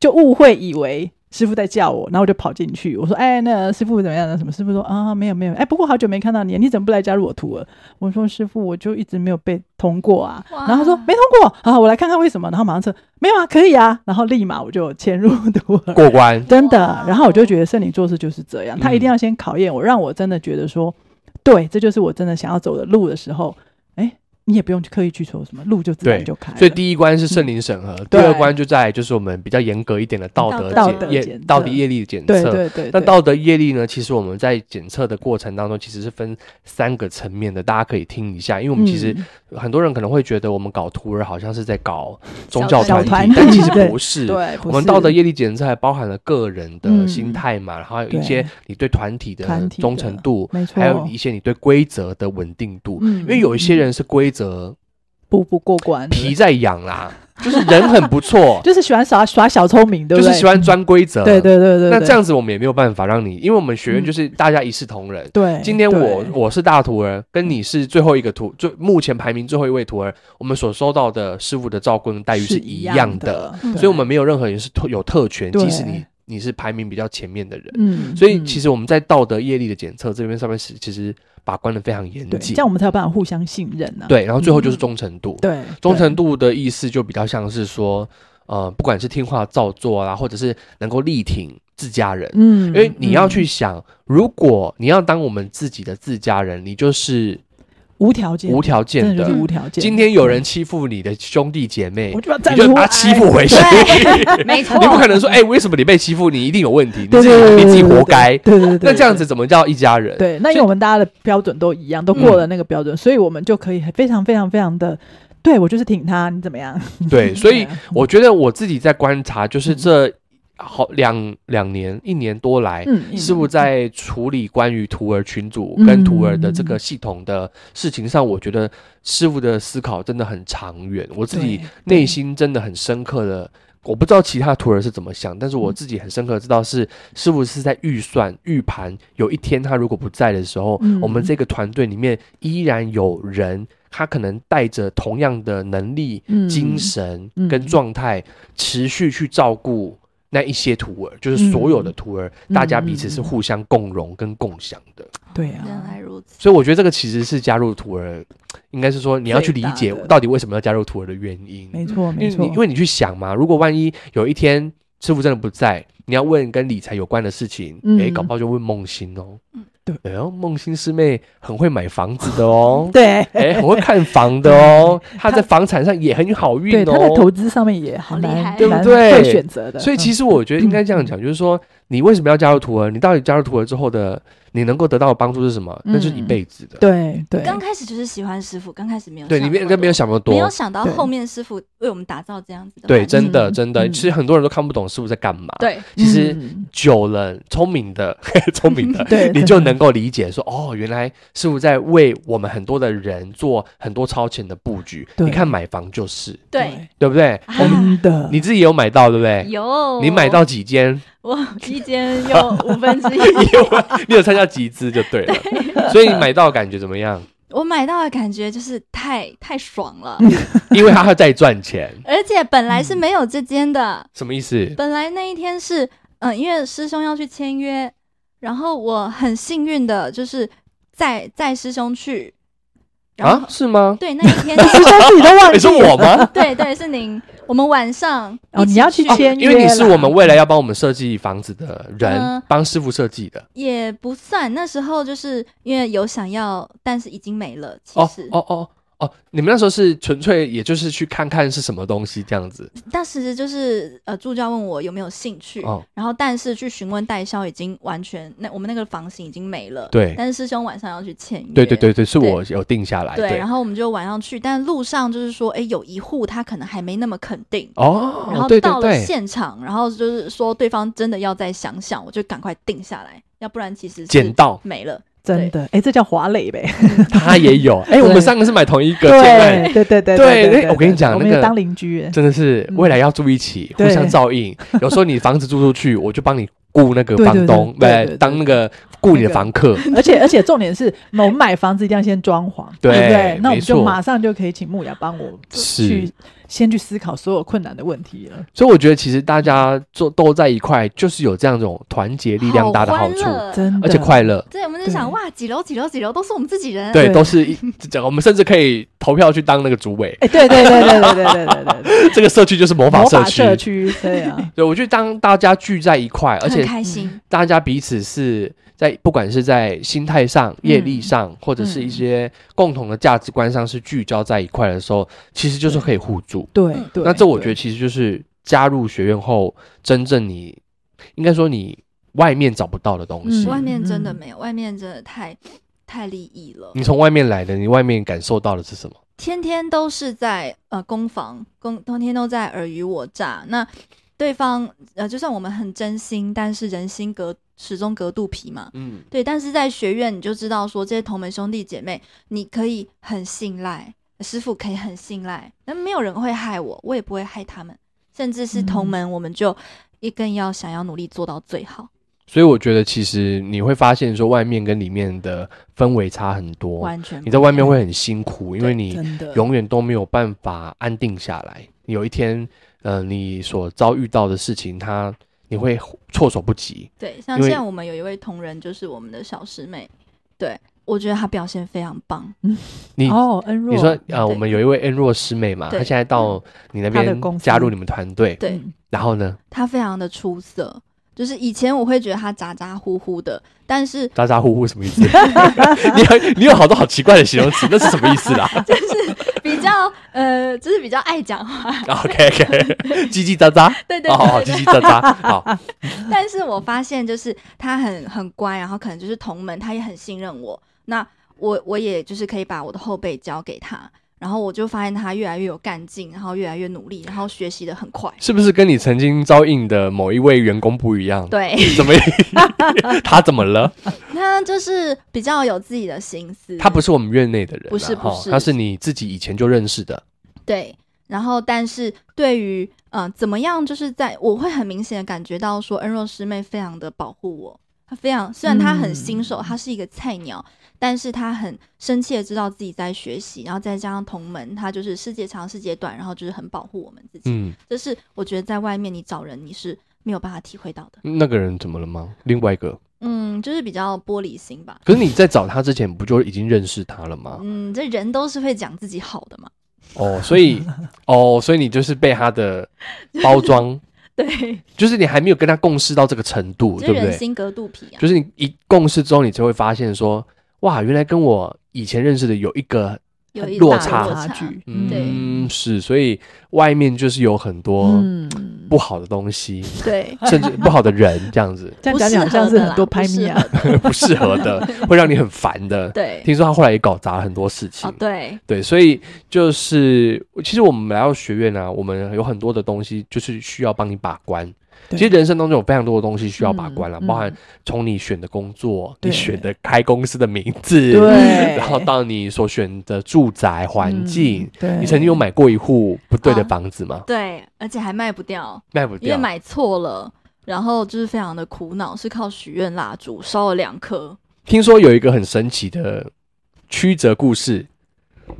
Speaker 3: 就误会以为。师傅在叫我，然后我就跑进去，我说：“哎，那师傅怎么样呢？什么？”师傅说：“啊，没有没有，哎，不过好久没看到你，你怎么不来加入我徒儿？”我说：“师傅，我就一直没有被通过啊。”
Speaker 4: 哇
Speaker 3: 然后他说：“没通过，好，我来看看为什么。”然后马上说：“没有啊，可以啊。”然后立马我就潜入 徒儿。
Speaker 2: 过关，
Speaker 3: 真的
Speaker 4: 哇。
Speaker 3: 然后我就觉得圣灵做事就是这样，他
Speaker 2: 嗯
Speaker 3: 一定要先考验我，让我真的觉得说，对，这就是我真的想要走的路的时候，哎，你也不用去刻意去说什么，路就自然
Speaker 2: 对
Speaker 3: 就开了。
Speaker 2: 所以第一关是圣灵审核，第
Speaker 3: 嗯对
Speaker 2: 二关就在就是我们比较严格一点的道德
Speaker 4: 道德
Speaker 2: 检业
Speaker 3: 检测
Speaker 2: 道德业力检测。
Speaker 3: 对对对，
Speaker 2: 那
Speaker 3: 对
Speaker 2: 道德业力呢？其实我们在检测的过程当中，其实是分三个层面的，大家可以听一下。因为我们其实
Speaker 3: 嗯
Speaker 2: 很多人可能会觉得我们搞徒儿好像是在搞宗
Speaker 4: 小
Speaker 2: 教
Speaker 3: 小
Speaker 2: 团体，
Speaker 3: 团
Speaker 2: 但
Speaker 3: 体
Speaker 2: 其实
Speaker 3: 对
Speaker 2: 不是。
Speaker 3: 对，
Speaker 2: 我
Speaker 3: 不
Speaker 2: 们
Speaker 3: 是
Speaker 2: 道德业力检测还包含了个人的
Speaker 3: 嗯
Speaker 2: 心态嘛，然后还有一
Speaker 3: 对
Speaker 2: 些你对团体的
Speaker 3: 团体的
Speaker 2: 忠诚度，
Speaker 3: 没错，
Speaker 2: 还有一些你对规则的稳定度。
Speaker 3: 嗯
Speaker 2: 因为有一些人是规则
Speaker 3: 步步过关，，
Speaker 2: 皮在痒啦， 就是人很不错
Speaker 3: 就是喜欢耍耍小聪明， 对
Speaker 2: 就
Speaker 3: 不对？
Speaker 2: 是喜欢钻规则。
Speaker 3: 对，对对对，
Speaker 2: 那
Speaker 3: 对
Speaker 2: 这样子我们也没有办法让你，因为我们学院
Speaker 3: 嗯
Speaker 2: 就是大家一视同仁。
Speaker 3: 对，
Speaker 2: 今天我
Speaker 3: 哎对嗯
Speaker 2: 我是大徒儿，跟你是最后一个徒，最目前排名最后一位徒儿，我们所收到的师傅的照顾跟待遇是一样的，，
Speaker 4: 嗯
Speaker 3: 对
Speaker 2: 所以我们没有任何人是特有特权，
Speaker 3: 对
Speaker 2: 即使你你是排名比较前面的人。
Speaker 3: 嗯，
Speaker 2: 所以其
Speaker 3: 实
Speaker 2: 实我们在道德业力的检测这边上面是其实把关的非常严
Speaker 3: 对，
Speaker 2: 谨
Speaker 3: 这，样我们才有办法互相信任呢。
Speaker 2: 对，然后最后就是
Speaker 4: 嗯
Speaker 2: 忠诚度，
Speaker 3: 对，
Speaker 2: 忠诚度的意思就比较像是说，呃，不管是听话照做啊，或者是能够力挺自家人
Speaker 3: 对，，嗯，
Speaker 2: 因为你要去
Speaker 3: 嗯
Speaker 2: 想，如果你要当我们自己的自家人，你就是
Speaker 3: 无条件，
Speaker 2: 无条件
Speaker 3: 真的
Speaker 2: 的
Speaker 3: 就是。无条件。
Speaker 2: 今天有人欺负你的兄弟姐妹
Speaker 3: 我，就把
Speaker 2: 你
Speaker 3: 哎站
Speaker 2: 就
Speaker 3: 出
Speaker 2: 把他
Speaker 3: 来，
Speaker 2: 欺负回去。
Speaker 4: 对，没错
Speaker 2: 你不可能说，哎，为什么你被欺负？你一定有问题，你
Speaker 3: 对
Speaker 2: 自
Speaker 3: 对对
Speaker 2: 己
Speaker 3: 对
Speaker 2: 你自己
Speaker 3: 对
Speaker 2: 活该。
Speaker 3: 对对对，
Speaker 2: 那
Speaker 3: 对
Speaker 2: 这样子。怎么叫一家人？
Speaker 3: 对，那
Speaker 2: 所
Speaker 3: 因
Speaker 2: 以嗯
Speaker 3: 为我们大家的标准都一样，都过了那个标准，所以我们就可以非常非常非常的，对我就是挺他，你怎么样？
Speaker 2: 对，所以
Speaker 3: 对啊
Speaker 2: 我觉得我自己在观察，
Speaker 3: 嗯
Speaker 2: 就是这好两两年一年多来，
Speaker 3: 嗯，
Speaker 2: 师傅在处理关于徒儿群组
Speaker 3: 嗯
Speaker 2: 跟徒儿的这个系统的事情上，我觉得师傅的思考真的很长远，我自己
Speaker 3: 对
Speaker 2: 内心真的很深刻的。我不知道其他徒儿是怎么想，但是
Speaker 3: 嗯
Speaker 2: 我自己很深刻地知道是师傅是在预算预盘，有一天他如果不在的时候，
Speaker 3: 嗯
Speaker 2: 我们这个团队里面依然有人，他可能带着同样的能力、
Speaker 3: 嗯
Speaker 2: 精神
Speaker 3: 嗯
Speaker 2: 跟状态，持续去照顾那一些徒儿，就是所有的徒儿，
Speaker 3: 嗯
Speaker 2: 大家彼此是互相共荣跟共享的。
Speaker 3: 对
Speaker 4: 原
Speaker 2: 嗯
Speaker 3: 啊
Speaker 4: 来，如此。
Speaker 2: 所以我觉得这个其实是加入徒儿，应该是说你要去理解
Speaker 3: 最大的
Speaker 2: 到底为什么要加入徒儿的原因。
Speaker 3: 没错
Speaker 2: 因
Speaker 3: 没
Speaker 2: 为
Speaker 3: 错，
Speaker 2: 你因为你去想嘛，如果万一有一天师傅真的不在，你要问跟理财有关的事情，诶，
Speaker 3: 嗯
Speaker 2: 搞不好就问梦欣哦
Speaker 4: 嗯。
Speaker 3: 对，，
Speaker 2: 哎呦，梦欣师妹很会买房子的哦
Speaker 3: 对，
Speaker 2: 哎，很会看房的哦，她在房产上也很好运
Speaker 3: 对，他在
Speaker 2: 哦。
Speaker 3: 投资上面也还
Speaker 4: 好厉
Speaker 3: 蛮
Speaker 4: 害
Speaker 2: 对不
Speaker 3: 蛮
Speaker 2: 对
Speaker 3: 会选择的，嗯
Speaker 2: 所以其
Speaker 3: 实
Speaker 2: 实我觉得应该这样讲，就是说你为什么要加入徒儿？你到底加入徒儿之后的你能够得到的帮助是什么？那就是一
Speaker 3: 嗯
Speaker 2: 辈子的。
Speaker 3: 对对，
Speaker 4: 刚开始就是喜欢师傅，刚开始没有
Speaker 2: 对，
Speaker 4: 想
Speaker 2: 你
Speaker 4: 那
Speaker 2: 没
Speaker 4: 么
Speaker 2: 跟没有
Speaker 4: 多
Speaker 2: 想那么多
Speaker 4: 没，有想到
Speaker 3: 对
Speaker 4: 后面师傅为我们打造这样子的
Speaker 2: 对，
Speaker 4: 环境
Speaker 2: 真的
Speaker 3: 嗯
Speaker 2: 真的，
Speaker 3: 嗯
Speaker 2: 其实很多人都看不懂师傅在干嘛。，
Speaker 4: 对
Speaker 2: 其实
Speaker 3: 嗯，
Speaker 2: 久了，聪明的， 聪明的
Speaker 3: 对，
Speaker 2: 你
Speaker 3: 对
Speaker 2: 就能够理解说，哦，原来师傅在为我们很多的人做很多超前的布局。
Speaker 3: 对
Speaker 2: 你看买房就是，
Speaker 4: 对，
Speaker 2: 对不对？
Speaker 4: 啊
Speaker 3: 真的，
Speaker 2: 你自己有买到，对不对？
Speaker 4: 有
Speaker 2: 你买到几间？
Speaker 4: 我一间有五分之一，
Speaker 2: 你有参加集资就对了。所以你买到感觉怎么样？
Speaker 4: 我买到的感觉就是太太爽了，
Speaker 2: 因为他会再赚钱，
Speaker 4: 而且本来是没
Speaker 2: 嗯
Speaker 4: 有这间的，
Speaker 2: 什么意思？
Speaker 4: 本来那一天是嗯、呃因为师兄要去签约，然后我很幸运的就是载载师兄去，然后、
Speaker 2: 啊，是吗？
Speaker 4: 对那一天
Speaker 3: 师兄自己都忘
Speaker 2: 你
Speaker 3: 记
Speaker 2: 说我吗？
Speaker 4: 对对是您，我们晚上
Speaker 3: 哦
Speaker 4: 一起
Speaker 3: 你要去
Speaker 4: 去
Speaker 3: 签约
Speaker 2: 因为你是
Speaker 3: 啦
Speaker 2: 我们未来要帮我们设计房子的人
Speaker 4: 嗯，
Speaker 2: 帮师傅设计的。
Speaker 4: 也不算，那时候就是因为有想要，但是已经没了。其
Speaker 2: 哦
Speaker 4: 实，
Speaker 2: 哦哦哦，你们那时候是纯粹也就是去看看是什么东西这样子。
Speaker 4: 当时就是呃，助教问我有没有兴趣，
Speaker 2: 哦，
Speaker 4: 然后但是去询问代销已经完全那我们那个房型已经没了。
Speaker 2: 对
Speaker 4: 但是师兄晚上要去签约。
Speaker 2: 对对对对，是
Speaker 4: 对
Speaker 2: 我有定下来。
Speaker 4: 对。
Speaker 2: 对
Speaker 4: 然，后我们就晚上去，但路上就是说，哎，有一户他可能还没那么肯定。然
Speaker 2: 哦
Speaker 4: 后，
Speaker 2: 对
Speaker 4: 到
Speaker 2: 对
Speaker 4: 了
Speaker 2: 对，
Speaker 4: 现场，然后就是说对方真的要再想想，我就赶快定下来，要不然其实是
Speaker 2: 捡到
Speaker 4: 没了。
Speaker 3: 真的，哎，这叫华磊呗，
Speaker 2: 他也有。哎，我们三个是买同一个，现在
Speaker 3: 对对对对
Speaker 2: 对
Speaker 3: 对
Speaker 2: 哎，我跟你讲
Speaker 3: 我
Speaker 2: 那
Speaker 3: 们有
Speaker 2: 个
Speaker 3: 当邻居，哎
Speaker 2: 真的是
Speaker 3: 嗯
Speaker 2: 未来要住一起，互
Speaker 3: 对
Speaker 2: 相照应。有时候你房子租出去，我就帮你雇那个
Speaker 3: 对对
Speaker 2: 房
Speaker 3: 对
Speaker 2: 东，
Speaker 3: 对对对
Speaker 2: 当那个雇你的
Speaker 3: 那个
Speaker 2: 房客。
Speaker 3: 而且而且重点是，我们买房子一定要先装潢，
Speaker 2: 对
Speaker 3: 对不对？那我
Speaker 2: 没
Speaker 3: 们
Speaker 2: 错
Speaker 3: 就马上就可以请木雅帮我
Speaker 2: 是
Speaker 3: 去先去思考所有困难的问题了。
Speaker 2: 所以我觉得其实大家做都在一块，就是有这样一种团结力量大的好处，
Speaker 4: 呃
Speaker 3: 真的，
Speaker 2: 而且快乐。
Speaker 4: 对，我们就想
Speaker 3: 对
Speaker 4: 哇，几楼几楼几楼都是我们自己人，
Speaker 2: 对，
Speaker 3: 对
Speaker 2: 都是一讲，我们甚至可以投票去当那个主委，
Speaker 3: 哎，对对对对对对对对对，
Speaker 2: 这个社区就是魔法
Speaker 3: 魔
Speaker 2: 社
Speaker 3: 法
Speaker 2: 区。
Speaker 3: 社区，对啊，
Speaker 2: 对，我觉得当大家聚在一块，而且
Speaker 4: 很开心。
Speaker 2: 大家彼此是在不管是在心态上、业力上，或者是一
Speaker 3: 嗯
Speaker 2: 些共同的价值观上是聚焦在一块的时候，其实就是可以互助。
Speaker 3: 对
Speaker 4: 嗯
Speaker 3: 对。
Speaker 2: 那这我觉得
Speaker 3: 对
Speaker 2: 其实就是加入学院后，真正你应该说你外面找不到的东西，
Speaker 3: 嗯
Speaker 4: 外面真的
Speaker 3: 嗯
Speaker 4: 没有，外面真的太太利益了。
Speaker 2: 你从外面来的，你外面感受到的是什么？
Speaker 4: 天天都是在呃攻防，攻天天都在尔虞我诈。那对方呃，就算我们很真心，但是人心隔始终隔肚皮嘛。
Speaker 2: 嗯，
Speaker 4: 对，但是在学院你就知道说，这些同门兄弟姐妹，你可以很信赖师傅，可以很信赖，那没有人会害我，我也不会害他们，甚至是同
Speaker 3: 嗯
Speaker 4: 门，我们就一更要想要努力做到最好，
Speaker 2: 所以我觉得其实你会发现说，外面跟里面的氛围差很多。
Speaker 4: 完全
Speaker 2: 哦你在外面
Speaker 4: 不一样
Speaker 2: 会很辛苦，因为你
Speaker 3: 真的
Speaker 2: 永远都没有办法安定下来。有一天，呃，你所遭遇到的事情，它你会措手不及。
Speaker 4: 对，像
Speaker 2: 因为
Speaker 4: 现在我们有一位同仁，就是我们的小师妹，对我觉得她表现非常棒，
Speaker 2: 你、
Speaker 3: 哦，恩若
Speaker 2: 你说，呃，我们有一位恩若师妹嘛，她
Speaker 4: 对
Speaker 2: 现在到你那
Speaker 3: 她
Speaker 2: 边
Speaker 3: 的公司
Speaker 2: 加入你们团队，
Speaker 4: 对
Speaker 3: 嗯
Speaker 2: 然后呢，
Speaker 4: 她非常的出色。就是以前我会觉得她咋咋呼呼的，但是
Speaker 2: 咋咋呼呼什么意思？你有你有好多好奇怪的形容词，那是什么意思啦啊
Speaker 4: 比较呃，就是比较爱讲话，
Speaker 2: ？OK OK，叽叽喳喳，
Speaker 4: 对对
Speaker 2: 哦，好，
Speaker 4: 对
Speaker 2: 叽叽
Speaker 4: 对
Speaker 2: 喳喳，好，
Speaker 4: 但是我发现就是他很很乖，然后可能就是同门，他也很信任我。那我我也就是可以把我的后背交给他，然后我就发现他越来越有干劲，然后越来越努力，然后学习的很快。
Speaker 2: 是不是跟你曾经招应的某一位员工不一样？
Speaker 4: 对， 嗯
Speaker 2: 怎么？他怎么了？
Speaker 4: 他就是比较有自己的心思。
Speaker 2: 他不是我们院内的人啊、
Speaker 4: 不是不
Speaker 2: 齁
Speaker 4: 是
Speaker 2: 他是你自己以前就认识的。
Speaker 4: 对，然后但是对于嗯、呃怎么样，就是在我会很明显的感觉到说，恩若师妹非常的保护我，她非常虽然她
Speaker 2: 嗯
Speaker 4: 很新手，她是一个菜鸟，但是她很深切的知道自己在学习，然后再加上同门，她就是世界长世界短，然后就是很保护我们自己，
Speaker 2: 嗯，
Speaker 4: 这是我觉得在外面你找人你是没有办法体会到的，
Speaker 2: 那个人怎么了吗？另外一个，
Speaker 4: 嗯，就是比较玻璃心吧。
Speaker 2: 可是你在找他之前不就已经认识他了吗？
Speaker 4: 嗯，这人都是会讲自己好的嘛，
Speaker 2: 哦，所以，哦，所以你就是被他的包装
Speaker 4: 对，
Speaker 2: 就是你还没有跟他共事到这个程度，
Speaker 4: 就是
Speaker 2: 对不
Speaker 4: 人
Speaker 2: 对？
Speaker 4: 心隔肚皮啊。
Speaker 2: 就是你一共事之后，你才会发现说，哇，原来跟我以前认识的有一个，
Speaker 4: 有一
Speaker 2: 落
Speaker 4: 大
Speaker 2: 差
Speaker 4: 落
Speaker 3: 距，
Speaker 2: 嗯，是，所以外面就是有很多
Speaker 3: 嗯，
Speaker 2: 不好的东西，
Speaker 4: 对，
Speaker 2: 甚至不好的人，这样子
Speaker 3: 这样讲起来好像是很多拍咪啊，
Speaker 2: 不适合的， 会让你很烦的。
Speaker 4: 对，
Speaker 2: 听说他后来也搞砸了很多事情，
Speaker 4: 哦对，
Speaker 2: 对，所以就是其实我们来到学院啊，我们有很多的东西就是需要帮你把关。其
Speaker 3: 对
Speaker 2: 实人生当中有非常多的东西需要把关了、啊
Speaker 3: 嗯
Speaker 2: 包含从你选的工作、你
Speaker 3: 对
Speaker 2: 选的开公司的名字，
Speaker 3: 对，
Speaker 2: 然后到你所选的住宅环境。
Speaker 3: 嗯，对，
Speaker 2: 你曾经有买过一户不对的
Speaker 4: 啊
Speaker 2: 房子吗？
Speaker 4: 对，而且还卖不掉，
Speaker 2: 卖不
Speaker 4: 因为
Speaker 2: 掉，
Speaker 4: 买错了，然后就是非常的苦恼，是靠许愿蜡烛烧了两颗，
Speaker 2: 听说有一个很神奇的曲折故 事，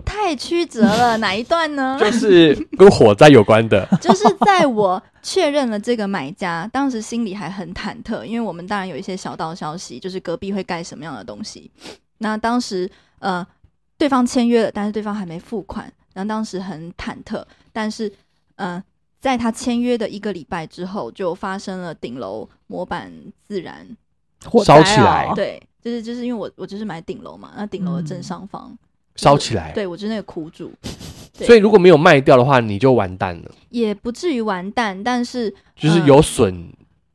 Speaker 4: 太曲折 了，哪一段呢？
Speaker 2: 就是跟火灾有关 的。
Speaker 4: 就是在我确认了这个买家，当时心里还很忐忑，因为我们当然有一些小道消息，就是隔壁会盖什么样的东西。那当时呃，对方签约了，但是对方还没付款，然后当时很忐忑，但是呃。在他签约的一个礼拜之后，就发生了顶楼模板自燃，
Speaker 3: 火
Speaker 2: 烧
Speaker 3: 灾
Speaker 2: 起来
Speaker 3: 哦
Speaker 4: 啊对，就是就是因为我我就是买顶楼嘛，那顶楼的
Speaker 2: 嗯
Speaker 4: 正上方，
Speaker 2: 烧起来，
Speaker 4: 对我就是那个 苦主，对
Speaker 2: 所以如果没有卖掉的话，你就完蛋了，
Speaker 4: 也不至于完蛋，但是
Speaker 2: 就是
Speaker 4: 嗯
Speaker 2: 有损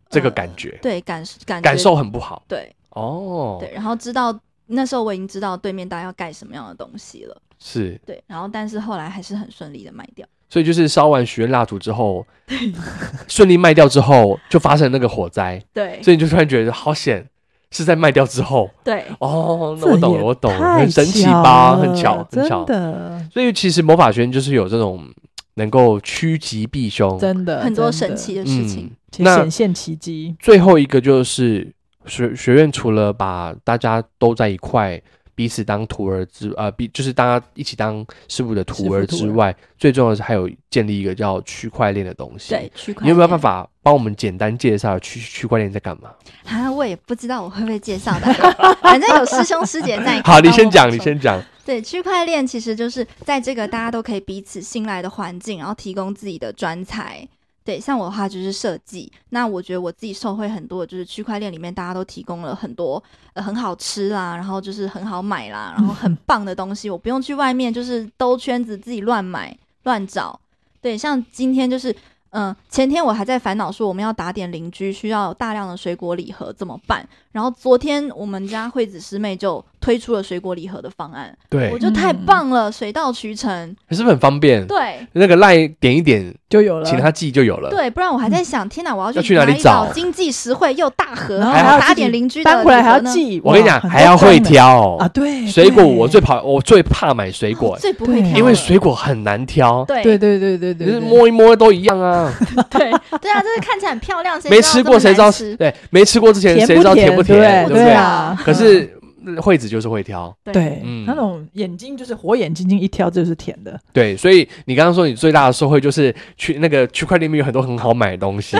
Speaker 2: 这个感觉，
Speaker 4: 对感感
Speaker 2: 感
Speaker 4: 觉
Speaker 2: 受很不好。
Speaker 4: 对
Speaker 2: 哦，
Speaker 4: 对，然后知道那时候我已经知道对面大概要盖什么样的东西了，
Speaker 2: 是，
Speaker 4: 对，然后但是后来还是很顺利的卖掉，
Speaker 2: 所以就是烧完许愿蜡烛之后， 顺利卖掉之后，就发生那个火灾，
Speaker 4: 对
Speaker 2: 所以你就突然觉得好险，是在卖掉之后。
Speaker 4: 对
Speaker 2: 哦，那
Speaker 3: 这
Speaker 2: 我懂
Speaker 3: 也
Speaker 2: 了，我懂了，
Speaker 3: 太
Speaker 2: 很神奇
Speaker 3: 巧
Speaker 2: 吧？
Speaker 3: 了
Speaker 2: 很巧，很
Speaker 3: 真
Speaker 2: 巧。嗯
Speaker 3: 的，
Speaker 2: 所以其实魔法学院就是有这种能够趋吉避凶
Speaker 3: 真的
Speaker 4: 很多
Speaker 3: 真的
Speaker 4: 神奇的事
Speaker 2: 呃嗯，
Speaker 4: 情，
Speaker 3: 其实
Speaker 2: 那
Speaker 3: 显现奇迹，
Speaker 2: 最后一个就是学学院除了把大家都在一块，彼此当徒儿之呃，比就是大家一起当师傅的徒儿之外，最重要的是还有建立一个叫区块链的东西。
Speaker 4: 对，区块
Speaker 2: 你有没有
Speaker 4: 链
Speaker 2: 办法帮我们简单介绍区区块链在干嘛？
Speaker 4: 啊？我也不知道我会不会介绍的， 反正有师兄师姐在。
Speaker 2: 好，你
Speaker 4: 帮
Speaker 2: 先
Speaker 4: 我
Speaker 2: 讲，
Speaker 4: 补
Speaker 2: 你
Speaker 4: 充
Speaker 2: 先讲。
Speaker 4: 对，区块链其实就是在这个大家都可以彼此信赖的环境，然后提供自己的专才。对，像我的话就是设计。那我觉得我自己受惠很多，就是区块链里面大家都提供了很多呃很好吃啦，然后就是很好买啦，然后很棒的东西，我不用去外面就是兜圈子自己乱买乱找。对，像今天就是。嗯，前天我还在烦恼说我们要打点邻居，需要大量的水果礼盒怎么办？然后昨天我们家惠子师妹就推出了水果礼盒的方案，
Speaker 2: 对嗯
Speaker 4: 我，觉得太
Speaker 3: 嗯
Speaker 4: 棒了，水到渠成。
Speaker 2: 是不是很方便？
Speaker 4: 对
Speaker 2: 那个赖点一点，
Speaker 3: 就有了，
Speaker 2: 请他记就有了。
Speaker 4: 对，不然我还在想，天哪，
Speaker 2: 嗯
Speaker 4: 我
Speaker 2: 要
Speaker 4: 要
Speaker 2: 去哪
Speaker 4: 哪
Speaker 2: 里
Speaker 4: 一找
Speaker 2: 找
Speaker 4: 经济实惠又大盒，
Speaker 3: 然后
Speaker 2: 还要
Speaker 4: 打
Speaker 3: 自己
Speaker 4: 点邻居的
Speaker 3: 搬回来还要
Speaker 4: 礼盒呢。
Speaker 3: 寄。
Speaker 2: 我跟你
Speaker 3: 哇
Speaker 2: 讲，还要会挑
Speaker 3: 啊，对，
Speaker 2: 水果。
Speaker 3: 对
Speaker 2: 我最怕，我最怕买水
Speaker 4: 啊
Speaker 2: 果
Speaker 4: 我，最不会
Speaker 3: 对
Speaker 4: 挑了，
Speaker 2: 因为水果很难挑。
Speaker 4: 对
Speaker 3: 对对对对
Speaker 2: 你
Speaker 3: 对，
Speaker 2: 是
Speaker 3: 对
Speaker 2: 摸一摸都一样啊，
Speaker 4: 对 对啊，就是看起来很漂亮，谁
Speaker 2: 没
Speaker 4: 知道
Speaker 2: 吃
Speaker 4: 这
Speaker 2: 过
Speaker 4: 么
Speaker 2: 谁知道
Speaker 4: 难吃？
Speaker 2: 对，没吃过之前谁知道
Speaker 3: 甜
Speaker 2: 不
Speaker 3: 甜
Speaker 2: 甜，不
Speaker 3: 对
Speaker 2: 对？
Speaker 3: 啊，
Speaker 2: 可是嗯惠子就是会挑，
Speaker 3: 对
Speaker 2: 嗯，
Speaker 3: 那种眼睛就是火眼金睛一挑就是甜的，
Speaker 2: 对，所以你刚刚说你最大的收获就是去那个区块链里面有很多很好买的东 西，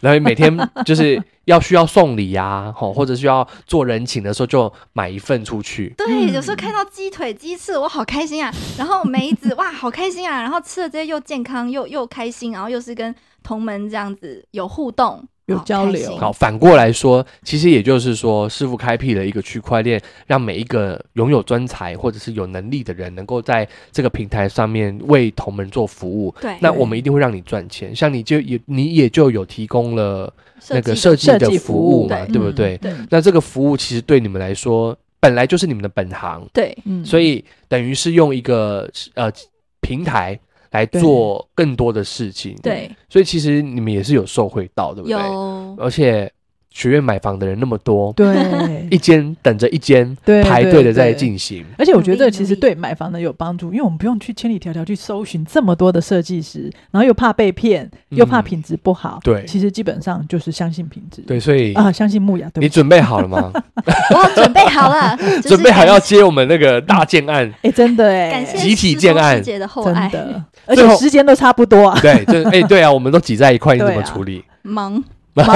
Speaker 2: 然后每天就是要需要送礼啊，吼，或者需要做人情的时候就买一份出去，
Speaker 4: 对，有时候看到鸡腿、鸡翅，我好开心啊！然后梅子，哇，好开心啊！然后吃了这些又健康又又开心，然后又是跟同门这样子有互动，
Speaker 3: 有
Speaker 4: 好
Speaker 3: 交
Speaker 4: 开
Speaker 3: 流
Speaker 4: 心
Speaker 2: 好，反过来说，其实也就是说，师傅开辟了一个区块链，让每一个拥有专才或者是有能力的人，能够在这个平台上面为同门做服务。
Speaker 4: 对，
Speaker 2: 那我们一定会让你赚钱，像你就也你也就有提供了那个
Speaker 4: 计
Speaker 2: 设计
Speaker 3: 设
Speaker 2: 的
Speaker 3: 计
Speaker 2: 服
Speaker 3: 服务嗯
Speaker 2: 嘛，
Speaker 4: 对
Speaker 2: 对不对？
Speaker 4: 嗯对
Speaker 2: 那这个服务其实对你们来说本来就是你们的本行，
Speaker 4: 对
Speaker 3: 嗯，
Speaker 2: 所以等于是用一个呃平台来
Speaker 3: 对
Speaker 2: 做更多的事情。，
Speaker 4: 对
Speaker 2: 所以其实你们也是有受惠到，对不对？
Speaker 4: 有
Speaker 2: 而且学院买房的人那么多，
Speaker 3: 对
Speaker 2: 一间等着一间
Speaker 3: 嗯对
Speaker 2: 排队的在。
Speaker 3: 对对
Speaker 2: 进行。
Speaker 3: 而且我觉得
Speaker 4: 努
Speaker 3: 这
Speaker 4: 力
Speaker 3: 其实
Speaker 4: 努力
Speaker 3: 对买房的有帮助，因为我们不用去千里迢迢去搜寻这么多的设计师，然后又怕被骗，又怕
Speaker 2: 嗯
Speaker 3: 品质不好。
Speaker 2: 对
Speaker 3: 其实基本上就是相信品质。
Speaker 2: 对，所以
Speaker 3: 啊，相信木雅，对
Speaker 2: 你
Speaker 3: 不起。
Speaker 2: 准备好了 吗？
Speaker 4: 我准备好 了，就是
Speaker 2: 准备好要
Speaker 4: 感
Speaker 2: 接我们那个大建 案？
Speaker 3: 哎，真 的哎，
Speaker 4: 感谢
Speaker 2: 集体
Speaker 4: 师父
Speaker 2: 建案
Speaker 4: 师姐的厚
Speaker 3: 真
Speaker 4: 爱，
Speaker 3: 的，而
Speaker 2: 最
Speaker 3: 且
Speaker 2: 后
Speaker 3: 时间都差不多啊。
Speaker 2: 对，这哎对啊，我们都挤在一块，你怎么
Speaker 3: 对啊
Speaker 2: 处理？
Speaker 4: 忙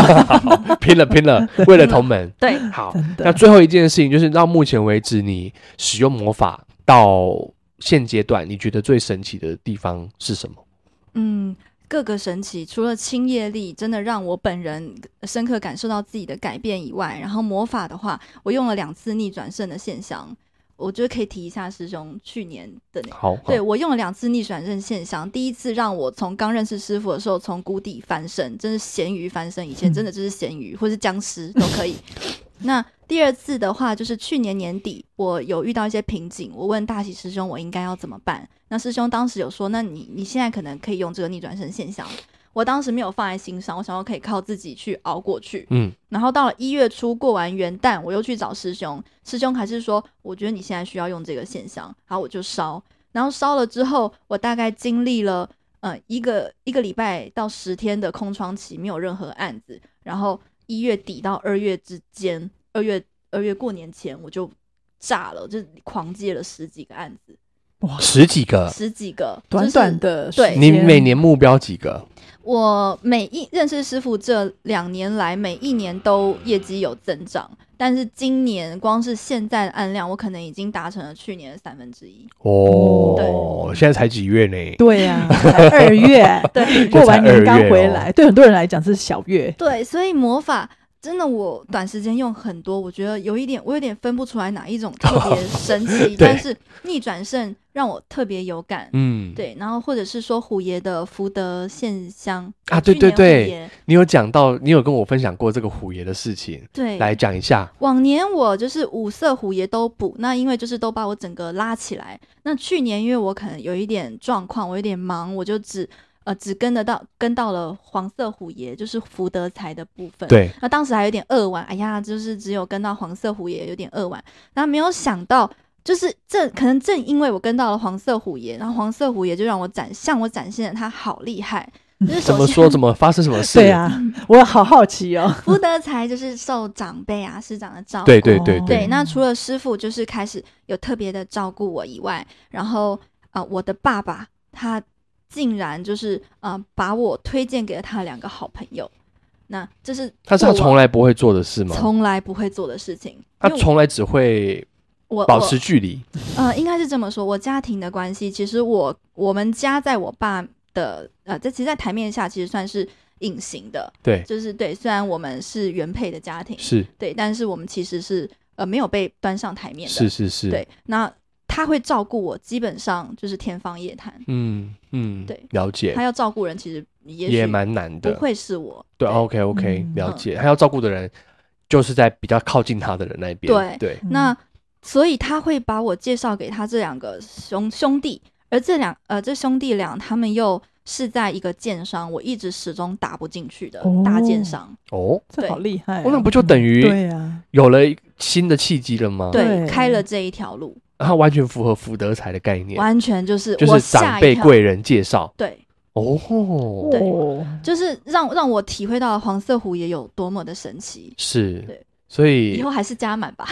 Speaker 2: 好拼了拼 了，为了同门。
Speaker 4: 对
Speaker 2: 好，
Speaker 3: 真
Speaker 2: 那
Speaker 3: 的，
Speaker 2: 最后一件事情就是到目前为止，你使用魔法到现阶段，你觉得最神奇的地方是什么？
Speaker 4: 嗯，各个神奇，除了清业力真的让我本人深刻感受到自己的改变以外，然后魔法的话，我用了两次逆转胜的现象，我觉得可以提一下师兄去年的那
Speaker 2: 好，好
Speaker 4: 对我用了两次逆转任现象，第一次让我从刚认识师傅的时候从谷底翻身，真是咸鱼翻身，以前真的就是咸鱼、或是僵尸都可以。 那第二次的话，就是去年年底我有遇到一些瓶颈，我问大喜师兄我应该要怎么办，那师兄当时有说，那你你现在可能可以用这个逆转生现象。我当时没有放在心上，我想说可以靠自己去熬过去。
Speaker 2: 嗯，
Speaker 4: 然后到了一月初过完元旦，我又去找师兄，师兄还是说，我觉得你现在需要用这个现象，好，我就烧。然后烧了之后，我大概经历了呃一个一个礼拜到十天的空窗期，没有任何案子。然后一月底到二月之间，二月二月过年前我就炸了，就狂接了十几个案子，
Speaker 2: 十几个，
Speaker 4: 十几个，
Speaker 3: 呃短
Speaker 4: 就是
Speaker 3: 短的时
Speaker 4: 对
Speaker 3: 间
Speaker 2: 你每年目标几个？
Speaker 4: 我每一认识师傅这两年来，每一年都业绩有增长，但是今年光是现在的案量，我可能已经达成了去年的三分之一。
Speaker 2: 哦，现在才几月呢？
Speaker 3: 对呀、才二月
Speaker 4: 对
Speaker 3: 过完年刚
Speaker 2: 这才二
Speaker 3: 回
Speaker 2: 月
Speaker 3: 来，
Speaker 2: 哦
Speaker 3: 对很多人来讲是小月，
Speaker 4: 对，所以魔法真的我短时间用很多，我觉得有一点我有点分不出来哪一种特别神
Speaker 2: 对
Speaker 4: 奇，但是逆转胜让我特别有感。
Speaker 2: 嗯，
Speaker 4: 对，然后或者是说虎爷的福德线香
Speaker 2: 啊对
Speaker 4: 去年
Speaker 2: 对对
Speaker 4: 虎爷
Speaker 2: 你有讲到，你有跟我分享过这个虎爷的事情，
Speaker 4: 对，
Speaker 2: 来讲一下。
Speaker 4: 往年我就是五色虎也都补，那因为就是都把我整个拉起来。那去年因为我可能有一点状况，我有点忙，我就只呃只跟得到跟到了黄色虎爷，就是福德财的部分。。
Speaker 2: 对，
Speaker 4: 那当时还有点扼腕，哎呀，就是只有跟到黄色虎爷有点扼腕，然后没有想到，就是正可能正因为我跟到了黄色虎爷，然后黄色虎爷就让我展向我展现了他好厉害，就是
Speaker 2: 怎
Speaker 4: 首
Speaker 2: 么
Speaker 4: 先
Speaker 2: 说？怎么发生什么事？
Speaker 3: 对啊，
Speaker 4: 嗯
Speaker 3: 我好好奇哦，
Speaker 4: 福德财就是受长辈啊师长的照顾，
Speaker 2: 对对对
Speaker 3: 哦
Speaker 4: 对，那除了师傅就是开始有特别的照顾我以外，然后啊、呃我的爸爸他竟然就是啊、呃把我推荐给了他两个好朋友，那这是
Speaker 2: 他是他
Speaker 4: 做我
Speaker 2: 从来不会做的事吗？
Speaker 4: 从来不会做的事情。
Speaker 2: 他
Speaker 4: 因为
Speaker 2: 从来只会
Speaker 4: 我
Speaker 2: 保
Speaker 4: 我
Speaker 2: 持距离。
Speaker 4: 呃，应该是这么说。我家庭的关系，其实我我们家在我爸的呃，这其实，在台面下其实算是隐形的，
Speaker 2: 对，
Speaker 4: 就是对，虽然我们是原配的家庭，
Speaker 2: 哎是
Speaker 4: 对，但是我们其实是呃没有被端上台面的，
Speaker 2: 是是是，
Speaker 4: 对，那他会照顾我，基本上就是天方夜谭。
Speaker 2: 嗯嗯，
Speaker 4: 对
Speaker 2: 了解
Speaker 4: 他，要照顾人，其实也
Speaker 2: 也
Speaker 4: 许
Speaker 2: 蛮难
Speaker 4: 不
Speaker 2: 的。
Speaker 4: 会是我。
Speaker 2: 对，OK 哦 OK，
Speaker 3: 嗯
Speaker 2: 了
Speaker 4: 嗯
Speaker 2: 解。他要照顾的人就是在比较靠近他的人那边。
Speaker 4: 对
Speaker 2: 对，
Speaker 3: 嗯
Speaker 4: 那所以他会把我介绍给他这两个兄兄弟，而这两呃这兄弟俩他们又是在一个建商，我一直始终打不进去的大建
Speaker 3: 哦
Speaker 4: 商。
Speaker 2: 哦，
Speaker 3: 这好厉害、啊
Speaker 2: 哦那不就等于
Speaker 3: 对啊呀、
Speaker 2: 有了新的契机了吗？
Speaker 4: 对，
Speaker 3: 对
Speaker 4: 开了这一条路，
Speaker 2: 它完全符合福德财的概念，
Speaker 4: 完全就是
Speaker 2: 就
Speaker 4: 我
Speaker 2: 是
Speaker 4: 吓
Speaker 2: 长
Speaker 4: 一
Speaker 2: 辈
Speaker 4: 跳
Speaker 2: 贵人介绍。
Speaker 4: 对，
Speaker 2: 哦，
Speaker 4: 对
Speaker 3: 哦，
Speaker 4: 就是让让我体会到黄色虎也有多么的神奇。
Speaker 2: 是
Speaker 4: 对，
Speaker 2: 所
Speaker 4: 以
Speaker 2: 以
Speaker 4: 后还是加满吧。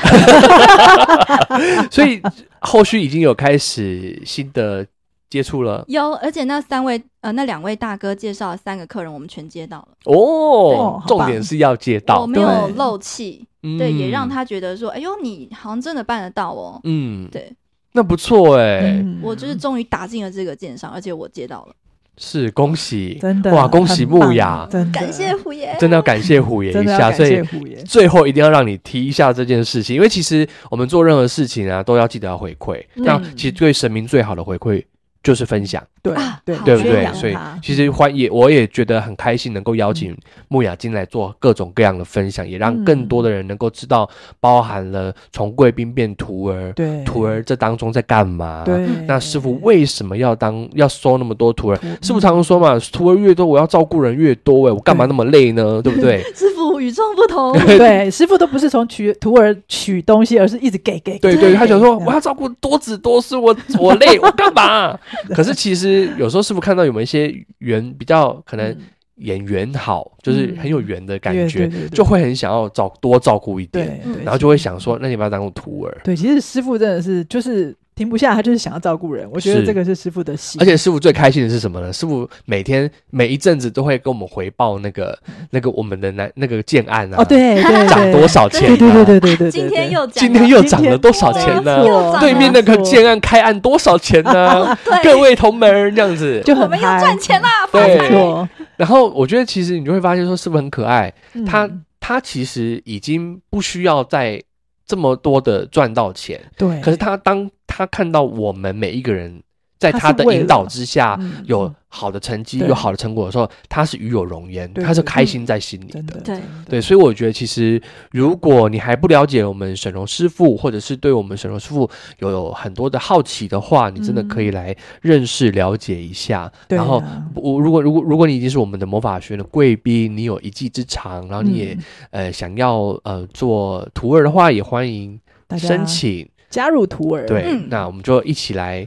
Speaker 2: 所以后续已经有开始新的接触了。
Speaker 4: 有，而且那三位呃，那两位大哥介绍的三个客人，我们全接到了，
Speaker 2: 哦
Speaker 3: 好，
Speaker 2: 重
Speaker 3: 棒
Speaker 2: 点是要接
Speaker 4: 我
Speaker 2: 到，
Speaker 4: 没有
Speaker 3: 对
Speaker 4: 漏气，
Speaker 3: 嗯
Speaker 2: 对
Speaker 4: 对，也让他觉得说，哎呦，你好像真的办得到哦。
Speaker 2: 嗯，
Speaker 4: 对
Speaker 2: 那不错哎，
Speaker 3: 嗯
Speaker 4: 我就是终于打进了这个建商，而且我接到了，
Speaker 2: 是恭喜，
Speaker 3: 真的
Speaker 2: 哇恭喜
Speaker 3: 很棒
Speaker 2: 木雅
Speaker 3: 真的
Speaker 4: 感谢虎爷，
Speaker 2: 真的要感谢虎爷
Speaker 3: 真
Speaker 2: 一
Speaker 3: 的要
Speaker 2: 下，
Speaker 3: 感
Speaker 2: 所以
Speaker 3: 谢虎爷，
Speaker 2: 最后一定要让你提一下这件事情，因为其实我们做任何事情啊，都要记得要回馈。
Speaker 4: 嗯
Speaker 2: 那其实对神明最好的回馈就是分享，
Speaker 3: 对
Speaker 4: 啊
Speaker 3: 对
Speaker 4: 好
Speaker 2: 对不
Speaker 4: 宣
Speaker 2: 对？
Speaker 4: 扬
Speaker 2: 所以其实欢也我也觉得很开心，能够邀请木雅进来做各种各样的分享，也让
Speaker 3: 嗯
Speaker 2: 更多的人能够知道，包含了从贵宾变徒儿，
Speaker 3: 对
Speaker 2: 徒儿这当中在干嘛。
Speaker 3: 对，
Speaker 2: 那师傅为什么要当要收那么多徒儿？
Speaker 3: 嗯
Speaker 2: 师傅常常说嘛，徒儿越多，我要照顾人越多、哎，我干嘛那么累呢？对不对？
Speaker 4: 师傅与众不 同，
Speaker 3: 哦对师傅都不是从取徒儿取东西，而是一直给给，
Speaker 2: 对对，他想说
Speaker 3: 对
Speaker 2: 我要照顾多子多孙，我我累，我干 嘛？可是其实有时候师傅看到有没有一些缘比较可能
Speaker 4: 嗯
Speaker 2: 眼缘好，就是很有缘的感
Speaker 3: 嗯对
Speaker 2: 觉
Speaker 3: 对对，对
Speaker 2: 就会很想要照多照顾一
Speaker 3: 对
Speaker 2: 点，，
Speaker 3: 对
Speaker 2: 然后就会想说，那你要不要当个徒儿？
Speaker 3: 对，其实师傅真的是就是停不下，他就是想要照顾人。我觉得
Speaker 2: 是
Speaker 3: 这个是师傅的喜，
Speaker 2: 而且师傅最开心的是什么呢？师傅每天每一阵子都会跟我们回报那个那个我们的那那个建案啊，
Speaker 3: 哦，， 对对
Speaker 2: 涨多
Speaker 3: 对，
Speaker 2: 少钱、啊？
Speaker 3: 对对对对对对，
Speaker 4: 今天又讲
Speaker 2: 今
Speaker 4: 了，
Speaker 2: 天又涨了多少钱呢、
Speaker 4: 今天又涨了
Speaker 2: 对面那个建案开案多少钱呢、
Speaker 4: 对
Speaker 2: 各位同门这样子，
Speaker 3: 就
Speaker 4: 我
Speaker 3: 很
Speaker 4: 们又
Speaker 3: 嗨
Speaker 4: 赚钱啦，
Speaker 2: 对
Speaker 3: 没错，
Speaker 2: 然后我觉得其实你就会发现说，师傅很可爱，
Speaker 3: 嗯
Speaker 2: 他他其实已经不需要再这么多的赚到钱，
Speaker 3: 对，
Speaker 2: 可是他当他看到我们每一个人在
Speaker 3: 他是
Speaker 2: 他的
Speaker 3: 为
Speaker 2: 引
Speaker 3: 了
Speaker 2: 导之下
Speaker 3: 嗯
Speaker 2: 有好的成绩、
Speaker 3: 对
Speaker 2: 有好的成果的时候，他是与有荣焉，
Speaker 3: 对
Speaker 2: 他是
Speaker 3: 对
Speaker 2: 开心在心里
Speaker 3: 真
Speaker 2: 的
Speaker 3: 的。
Speaker 4: 对
Speaker 3: 真的
Speaker 2: 对，所以我觉得其实如果你还不了解我们沈荣师傅，或者是对我们沈荣师傅有很多的好奇的话，你真的可以来认识、了解一下。
Speaker 3: 嗯对
Speaker 2: 然后
Speaker 3: 啊
Speaker 2: 不，我如果如果如果你已经是我们的魔法学院的贵宾，你有一技之长，然后你也、
Speaker 3: 嗯
Speaker 2: 呃想要呃做徒儿的话，也欢迎
Speaker 3: 大家
Speaker 2: 申请。
Speaker 3: 加入徒儿，
Speaker 2: 对，
Speaker 4: 嗯
Speaker 2: 那我们就一起来，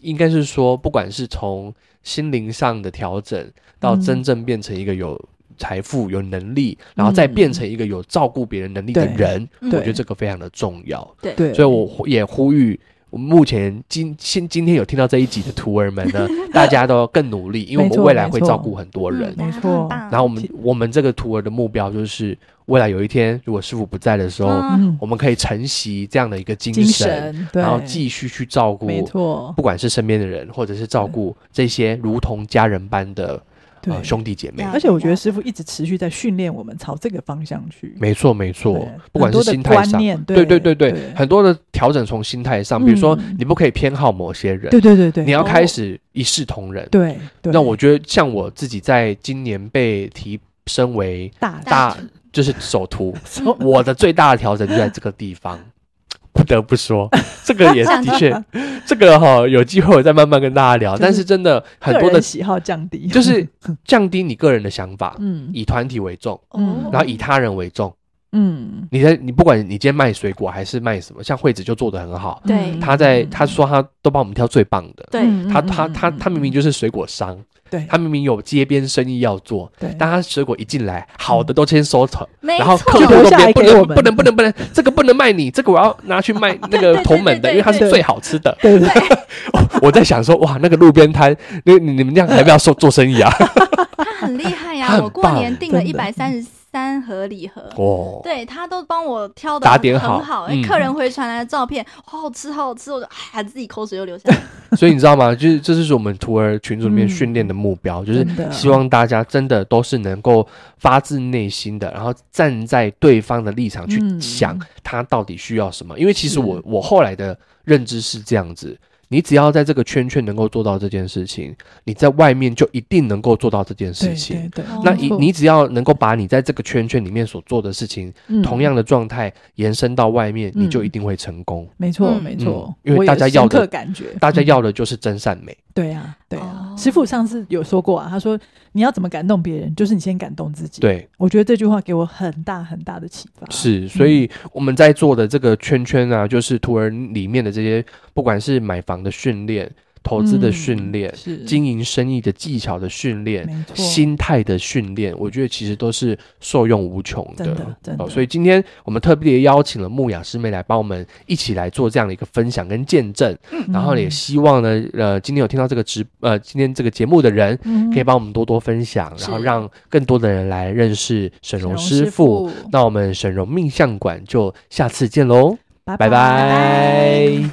Speaker 2: 应该是说，不管是从心灵上的调整，到
Speaker 3: 嗯
Speaker 2: 真正变成一个有财富、有能力，然后再变成一个有照顾别人能力的
Speaker 3: 嗯对
Speaker 2: 人，我
Speaker 4: 嗯
Speaker 3: 对
Speaker 2: 觉得这个非常的重要。
Speaker 3: 对，
Speaker 2: 所以我呼也呼吁。我目前今现今天有听到这一集的徒儿们 呢，大家都要更努力，因为我
Speaker 3: 没
Speaker 2: 们
Speaker 3: 错
Speaker 2: 未来
Speaker 3: 没
Speaker 2: 会
Speaker 3: 错
Speaker 2: 照顾很多人。
Speaker 3: 嗯
Speaker 4: 嗯
Speaker 3: 没错
Speaker 2: 然后我们我们这个徒儿的目标就是，未来有一天如果师傅不在的时候，
Speaker 4: 嗯
Speaker 3: 嗯
Speaker 2: 我们可以承袭这样的一个精
Speaker 3: 精神，对
Speaker 2: 然后继续去照顾，
Speaker 3: 没错，
Speaker 2: 不管是身边的人，或者是照顾这些如同家人般的
Speaker 3: 对
Speaker 2: 呃，兄弟姐妹。
Speaker 4: 了
Speaker 3: 而且我觉得师傅一直持续在训练我们朝这个方向去，
Speaker 2: 没错，没错
Speaker 3: 对，
Speaker 2: 不管是心态
Speaker 3: 很多的观
Speaker 2: 上，
Speaker 3: 念
Speaker 2: 对
Speaker 3: 对
Speaker 2: 对对
Speaker 3: 对
Speaker 2: 很多的调整从心态上，比如说
Speaker 3: 嗯
Speaker 2: 你不可以偏好某些人，
Speaker 3: 对对对对，
Speaker 2: 你要
Speaker 4: 哦
Speaker 2: 开始一视同仁。
Speaker 3: 对对，
Speaker 2: 那我觉得像我自己在今年被提升为
Speaker 3: 大
Speaker 2: 大嗯
Speaker 4: 大，
Speaker 2: 就是首徒，我的最大的调整就在这个地方。不得不说，这个也是的确，这个哈、有机会我再慢慢跟大家聊。
Speaker 3: 就是
Speaker 2: 但是真的很
Speaker 3: 个
Speaker 2: 多的
Speaker 3: 人喜好降低，
Speaker 2: 就是降低你个人的想法，
Speaker 3: 嗯
Speaker 2: 以团体为重，
Speaker 3: 嗯
Speaker 2: 然后以他人为重。
Speaker 3: 嗯，
Speaker 2: 你在你不管你今天卖水果还是卖什么，像惠子就做得很好，
Speaker 4: 对
Speaker 2: 他在他说他都帮我们挑最棒的。
Speaker 4: 对
Speaker 3: 嗯
Speaker 2: 他他他他明明就是水果商，
Speaker 3: 对
Speaker 2: 他明明有街边生意要做，
Speaker 3: 对，
Speaker 2: 但他水果一进来，好的都先收走，
Speaker 4: 没
Speaker 2: 然后
Speaker 4: 错
Speaker 2: 客户
Speaker 3: 就
Speaker 2: 都
Speaker 3: 留下
Speaker 2: 别
Speaker 3: 来
Speaker 2: 不
Speaker 3: 给
Speaker 2: 能
Speaker 3: 我们
Speaker 2: 不能不能不能，这个不能卖你，这个我要拿去卖那个同门的，
Speaker 4: 对对对
Speaker 2: 因为它是
Speaker 3: 对
Speaker 2: 最好吃的。
Speaker 3: 对对
Speaker 2: 我在想说，哇，那个路边摊，那你你们这样还不要做做生 意啊？
Speaker 4: 他很厉害
Speaker 2: 他
Speaker 4: 呀！
Speaker 2: 很
Speaker 4: 我过年
Speaker 2: 棒
Speaker 4: 订了一
Speaker 3: 真的
Speaker 4: 百三十三盒礼盒，
Speaker 2: 哦，
Speaker 4: 对他都帮我挑的
Speaker 2: 打点好
Speaker 4: 很好，哎
Speaker 2: 嗯
Speaker 4: 客人回传来的照片，好好吃，好好吃，我就哎自己口水又流下来。
Speaker 2: 所以你知道吗？就是这就是我们徒儿群组里面
Speaker 3: 嗯
Speaker 2: 训练的目标，就是
Speaker 4: 啊
Speaker 3: 真的
Speaker 2: 希望大家真的都是能够发自内心的，然后站在对方的立场去
Speaker 3: 嗯
Speaker 2: 想他到底需要什么。因为其实
Speaker 3: 是
Speaker 2: 我我后来的认知是这样子。你只要在这个圈圈能够做到这件事情，你在外面就一定能够做到这件事
Speaker 3: 对
Speaker 2: 情
Speaker 3: 对。对，
Speaker 2: 那你
Speaker 4: 没
Speaker 2: 你只要能够把你在这个圈圈里面所做的事情，
Speaker 3: 你
Speaker 2: 同样的状态延伸到外面，你就
Speaker 3: 嗯
Speaker 2: 一定会成功。
Speaker 3: 没错
Speaker 4: 嗯
Speaker 3: 没错
Speaker 2: 嗯，因为
Speaker 3: 我有
Speaker 2: 大家要的
Speaker 3: 深刻感觉，
Speaker 2: 大家
Speaker 3: 嗯
Speaker 2: 要的就是真善美。
Speaker 3: 对啊对啊
Speaker 4: 哦，
Speaker 3: 师傅上次有说过啊，他说你要怎么感动别人，就是你先感动自己。，
Speaker 2: 对，
Speaker 3: 我觉得这句话给我很大很大的启发。
Speaker 2: 是，所以我们在做的这个圈圈啊，就是图儿里面的这些，不管是买房的训练、投资的训练、
Speaker 3: 嗯是
Speaker 2: 经营生意的技巧的训练、
Speaker 3: 没错，
Speaker 2: 心态的训练，我觉得其实都是受用无穷的。
Speaker 3: 真的真
Speaker 2: 哦，
Speaker 3: 的，
Speaker 2: 所以今天我们特别邀请了木雅师妹来帮我们一起来做这样的一个分享跟见证，
Speaker 3: 嗯
Speaker 2: 然后也希望呢，呃，今天有听到这个直呃今天这个节目的人，
Speaker 3: 嗯
Speaker 2: 可以帮我们多多分享，然后
Speaker 4: 是
Speaker 2: 让更多的人来认识沈荣
Speaker 3: 荣
Speaker 2: 师
Speaker 3: 师
Speaker 2: 傅
Speaker 3: 傅。
Speaker 2: 那我们沈荣命相馆就下次见喽，
Speaker 3: 拜
Speaker 2: 拜拜。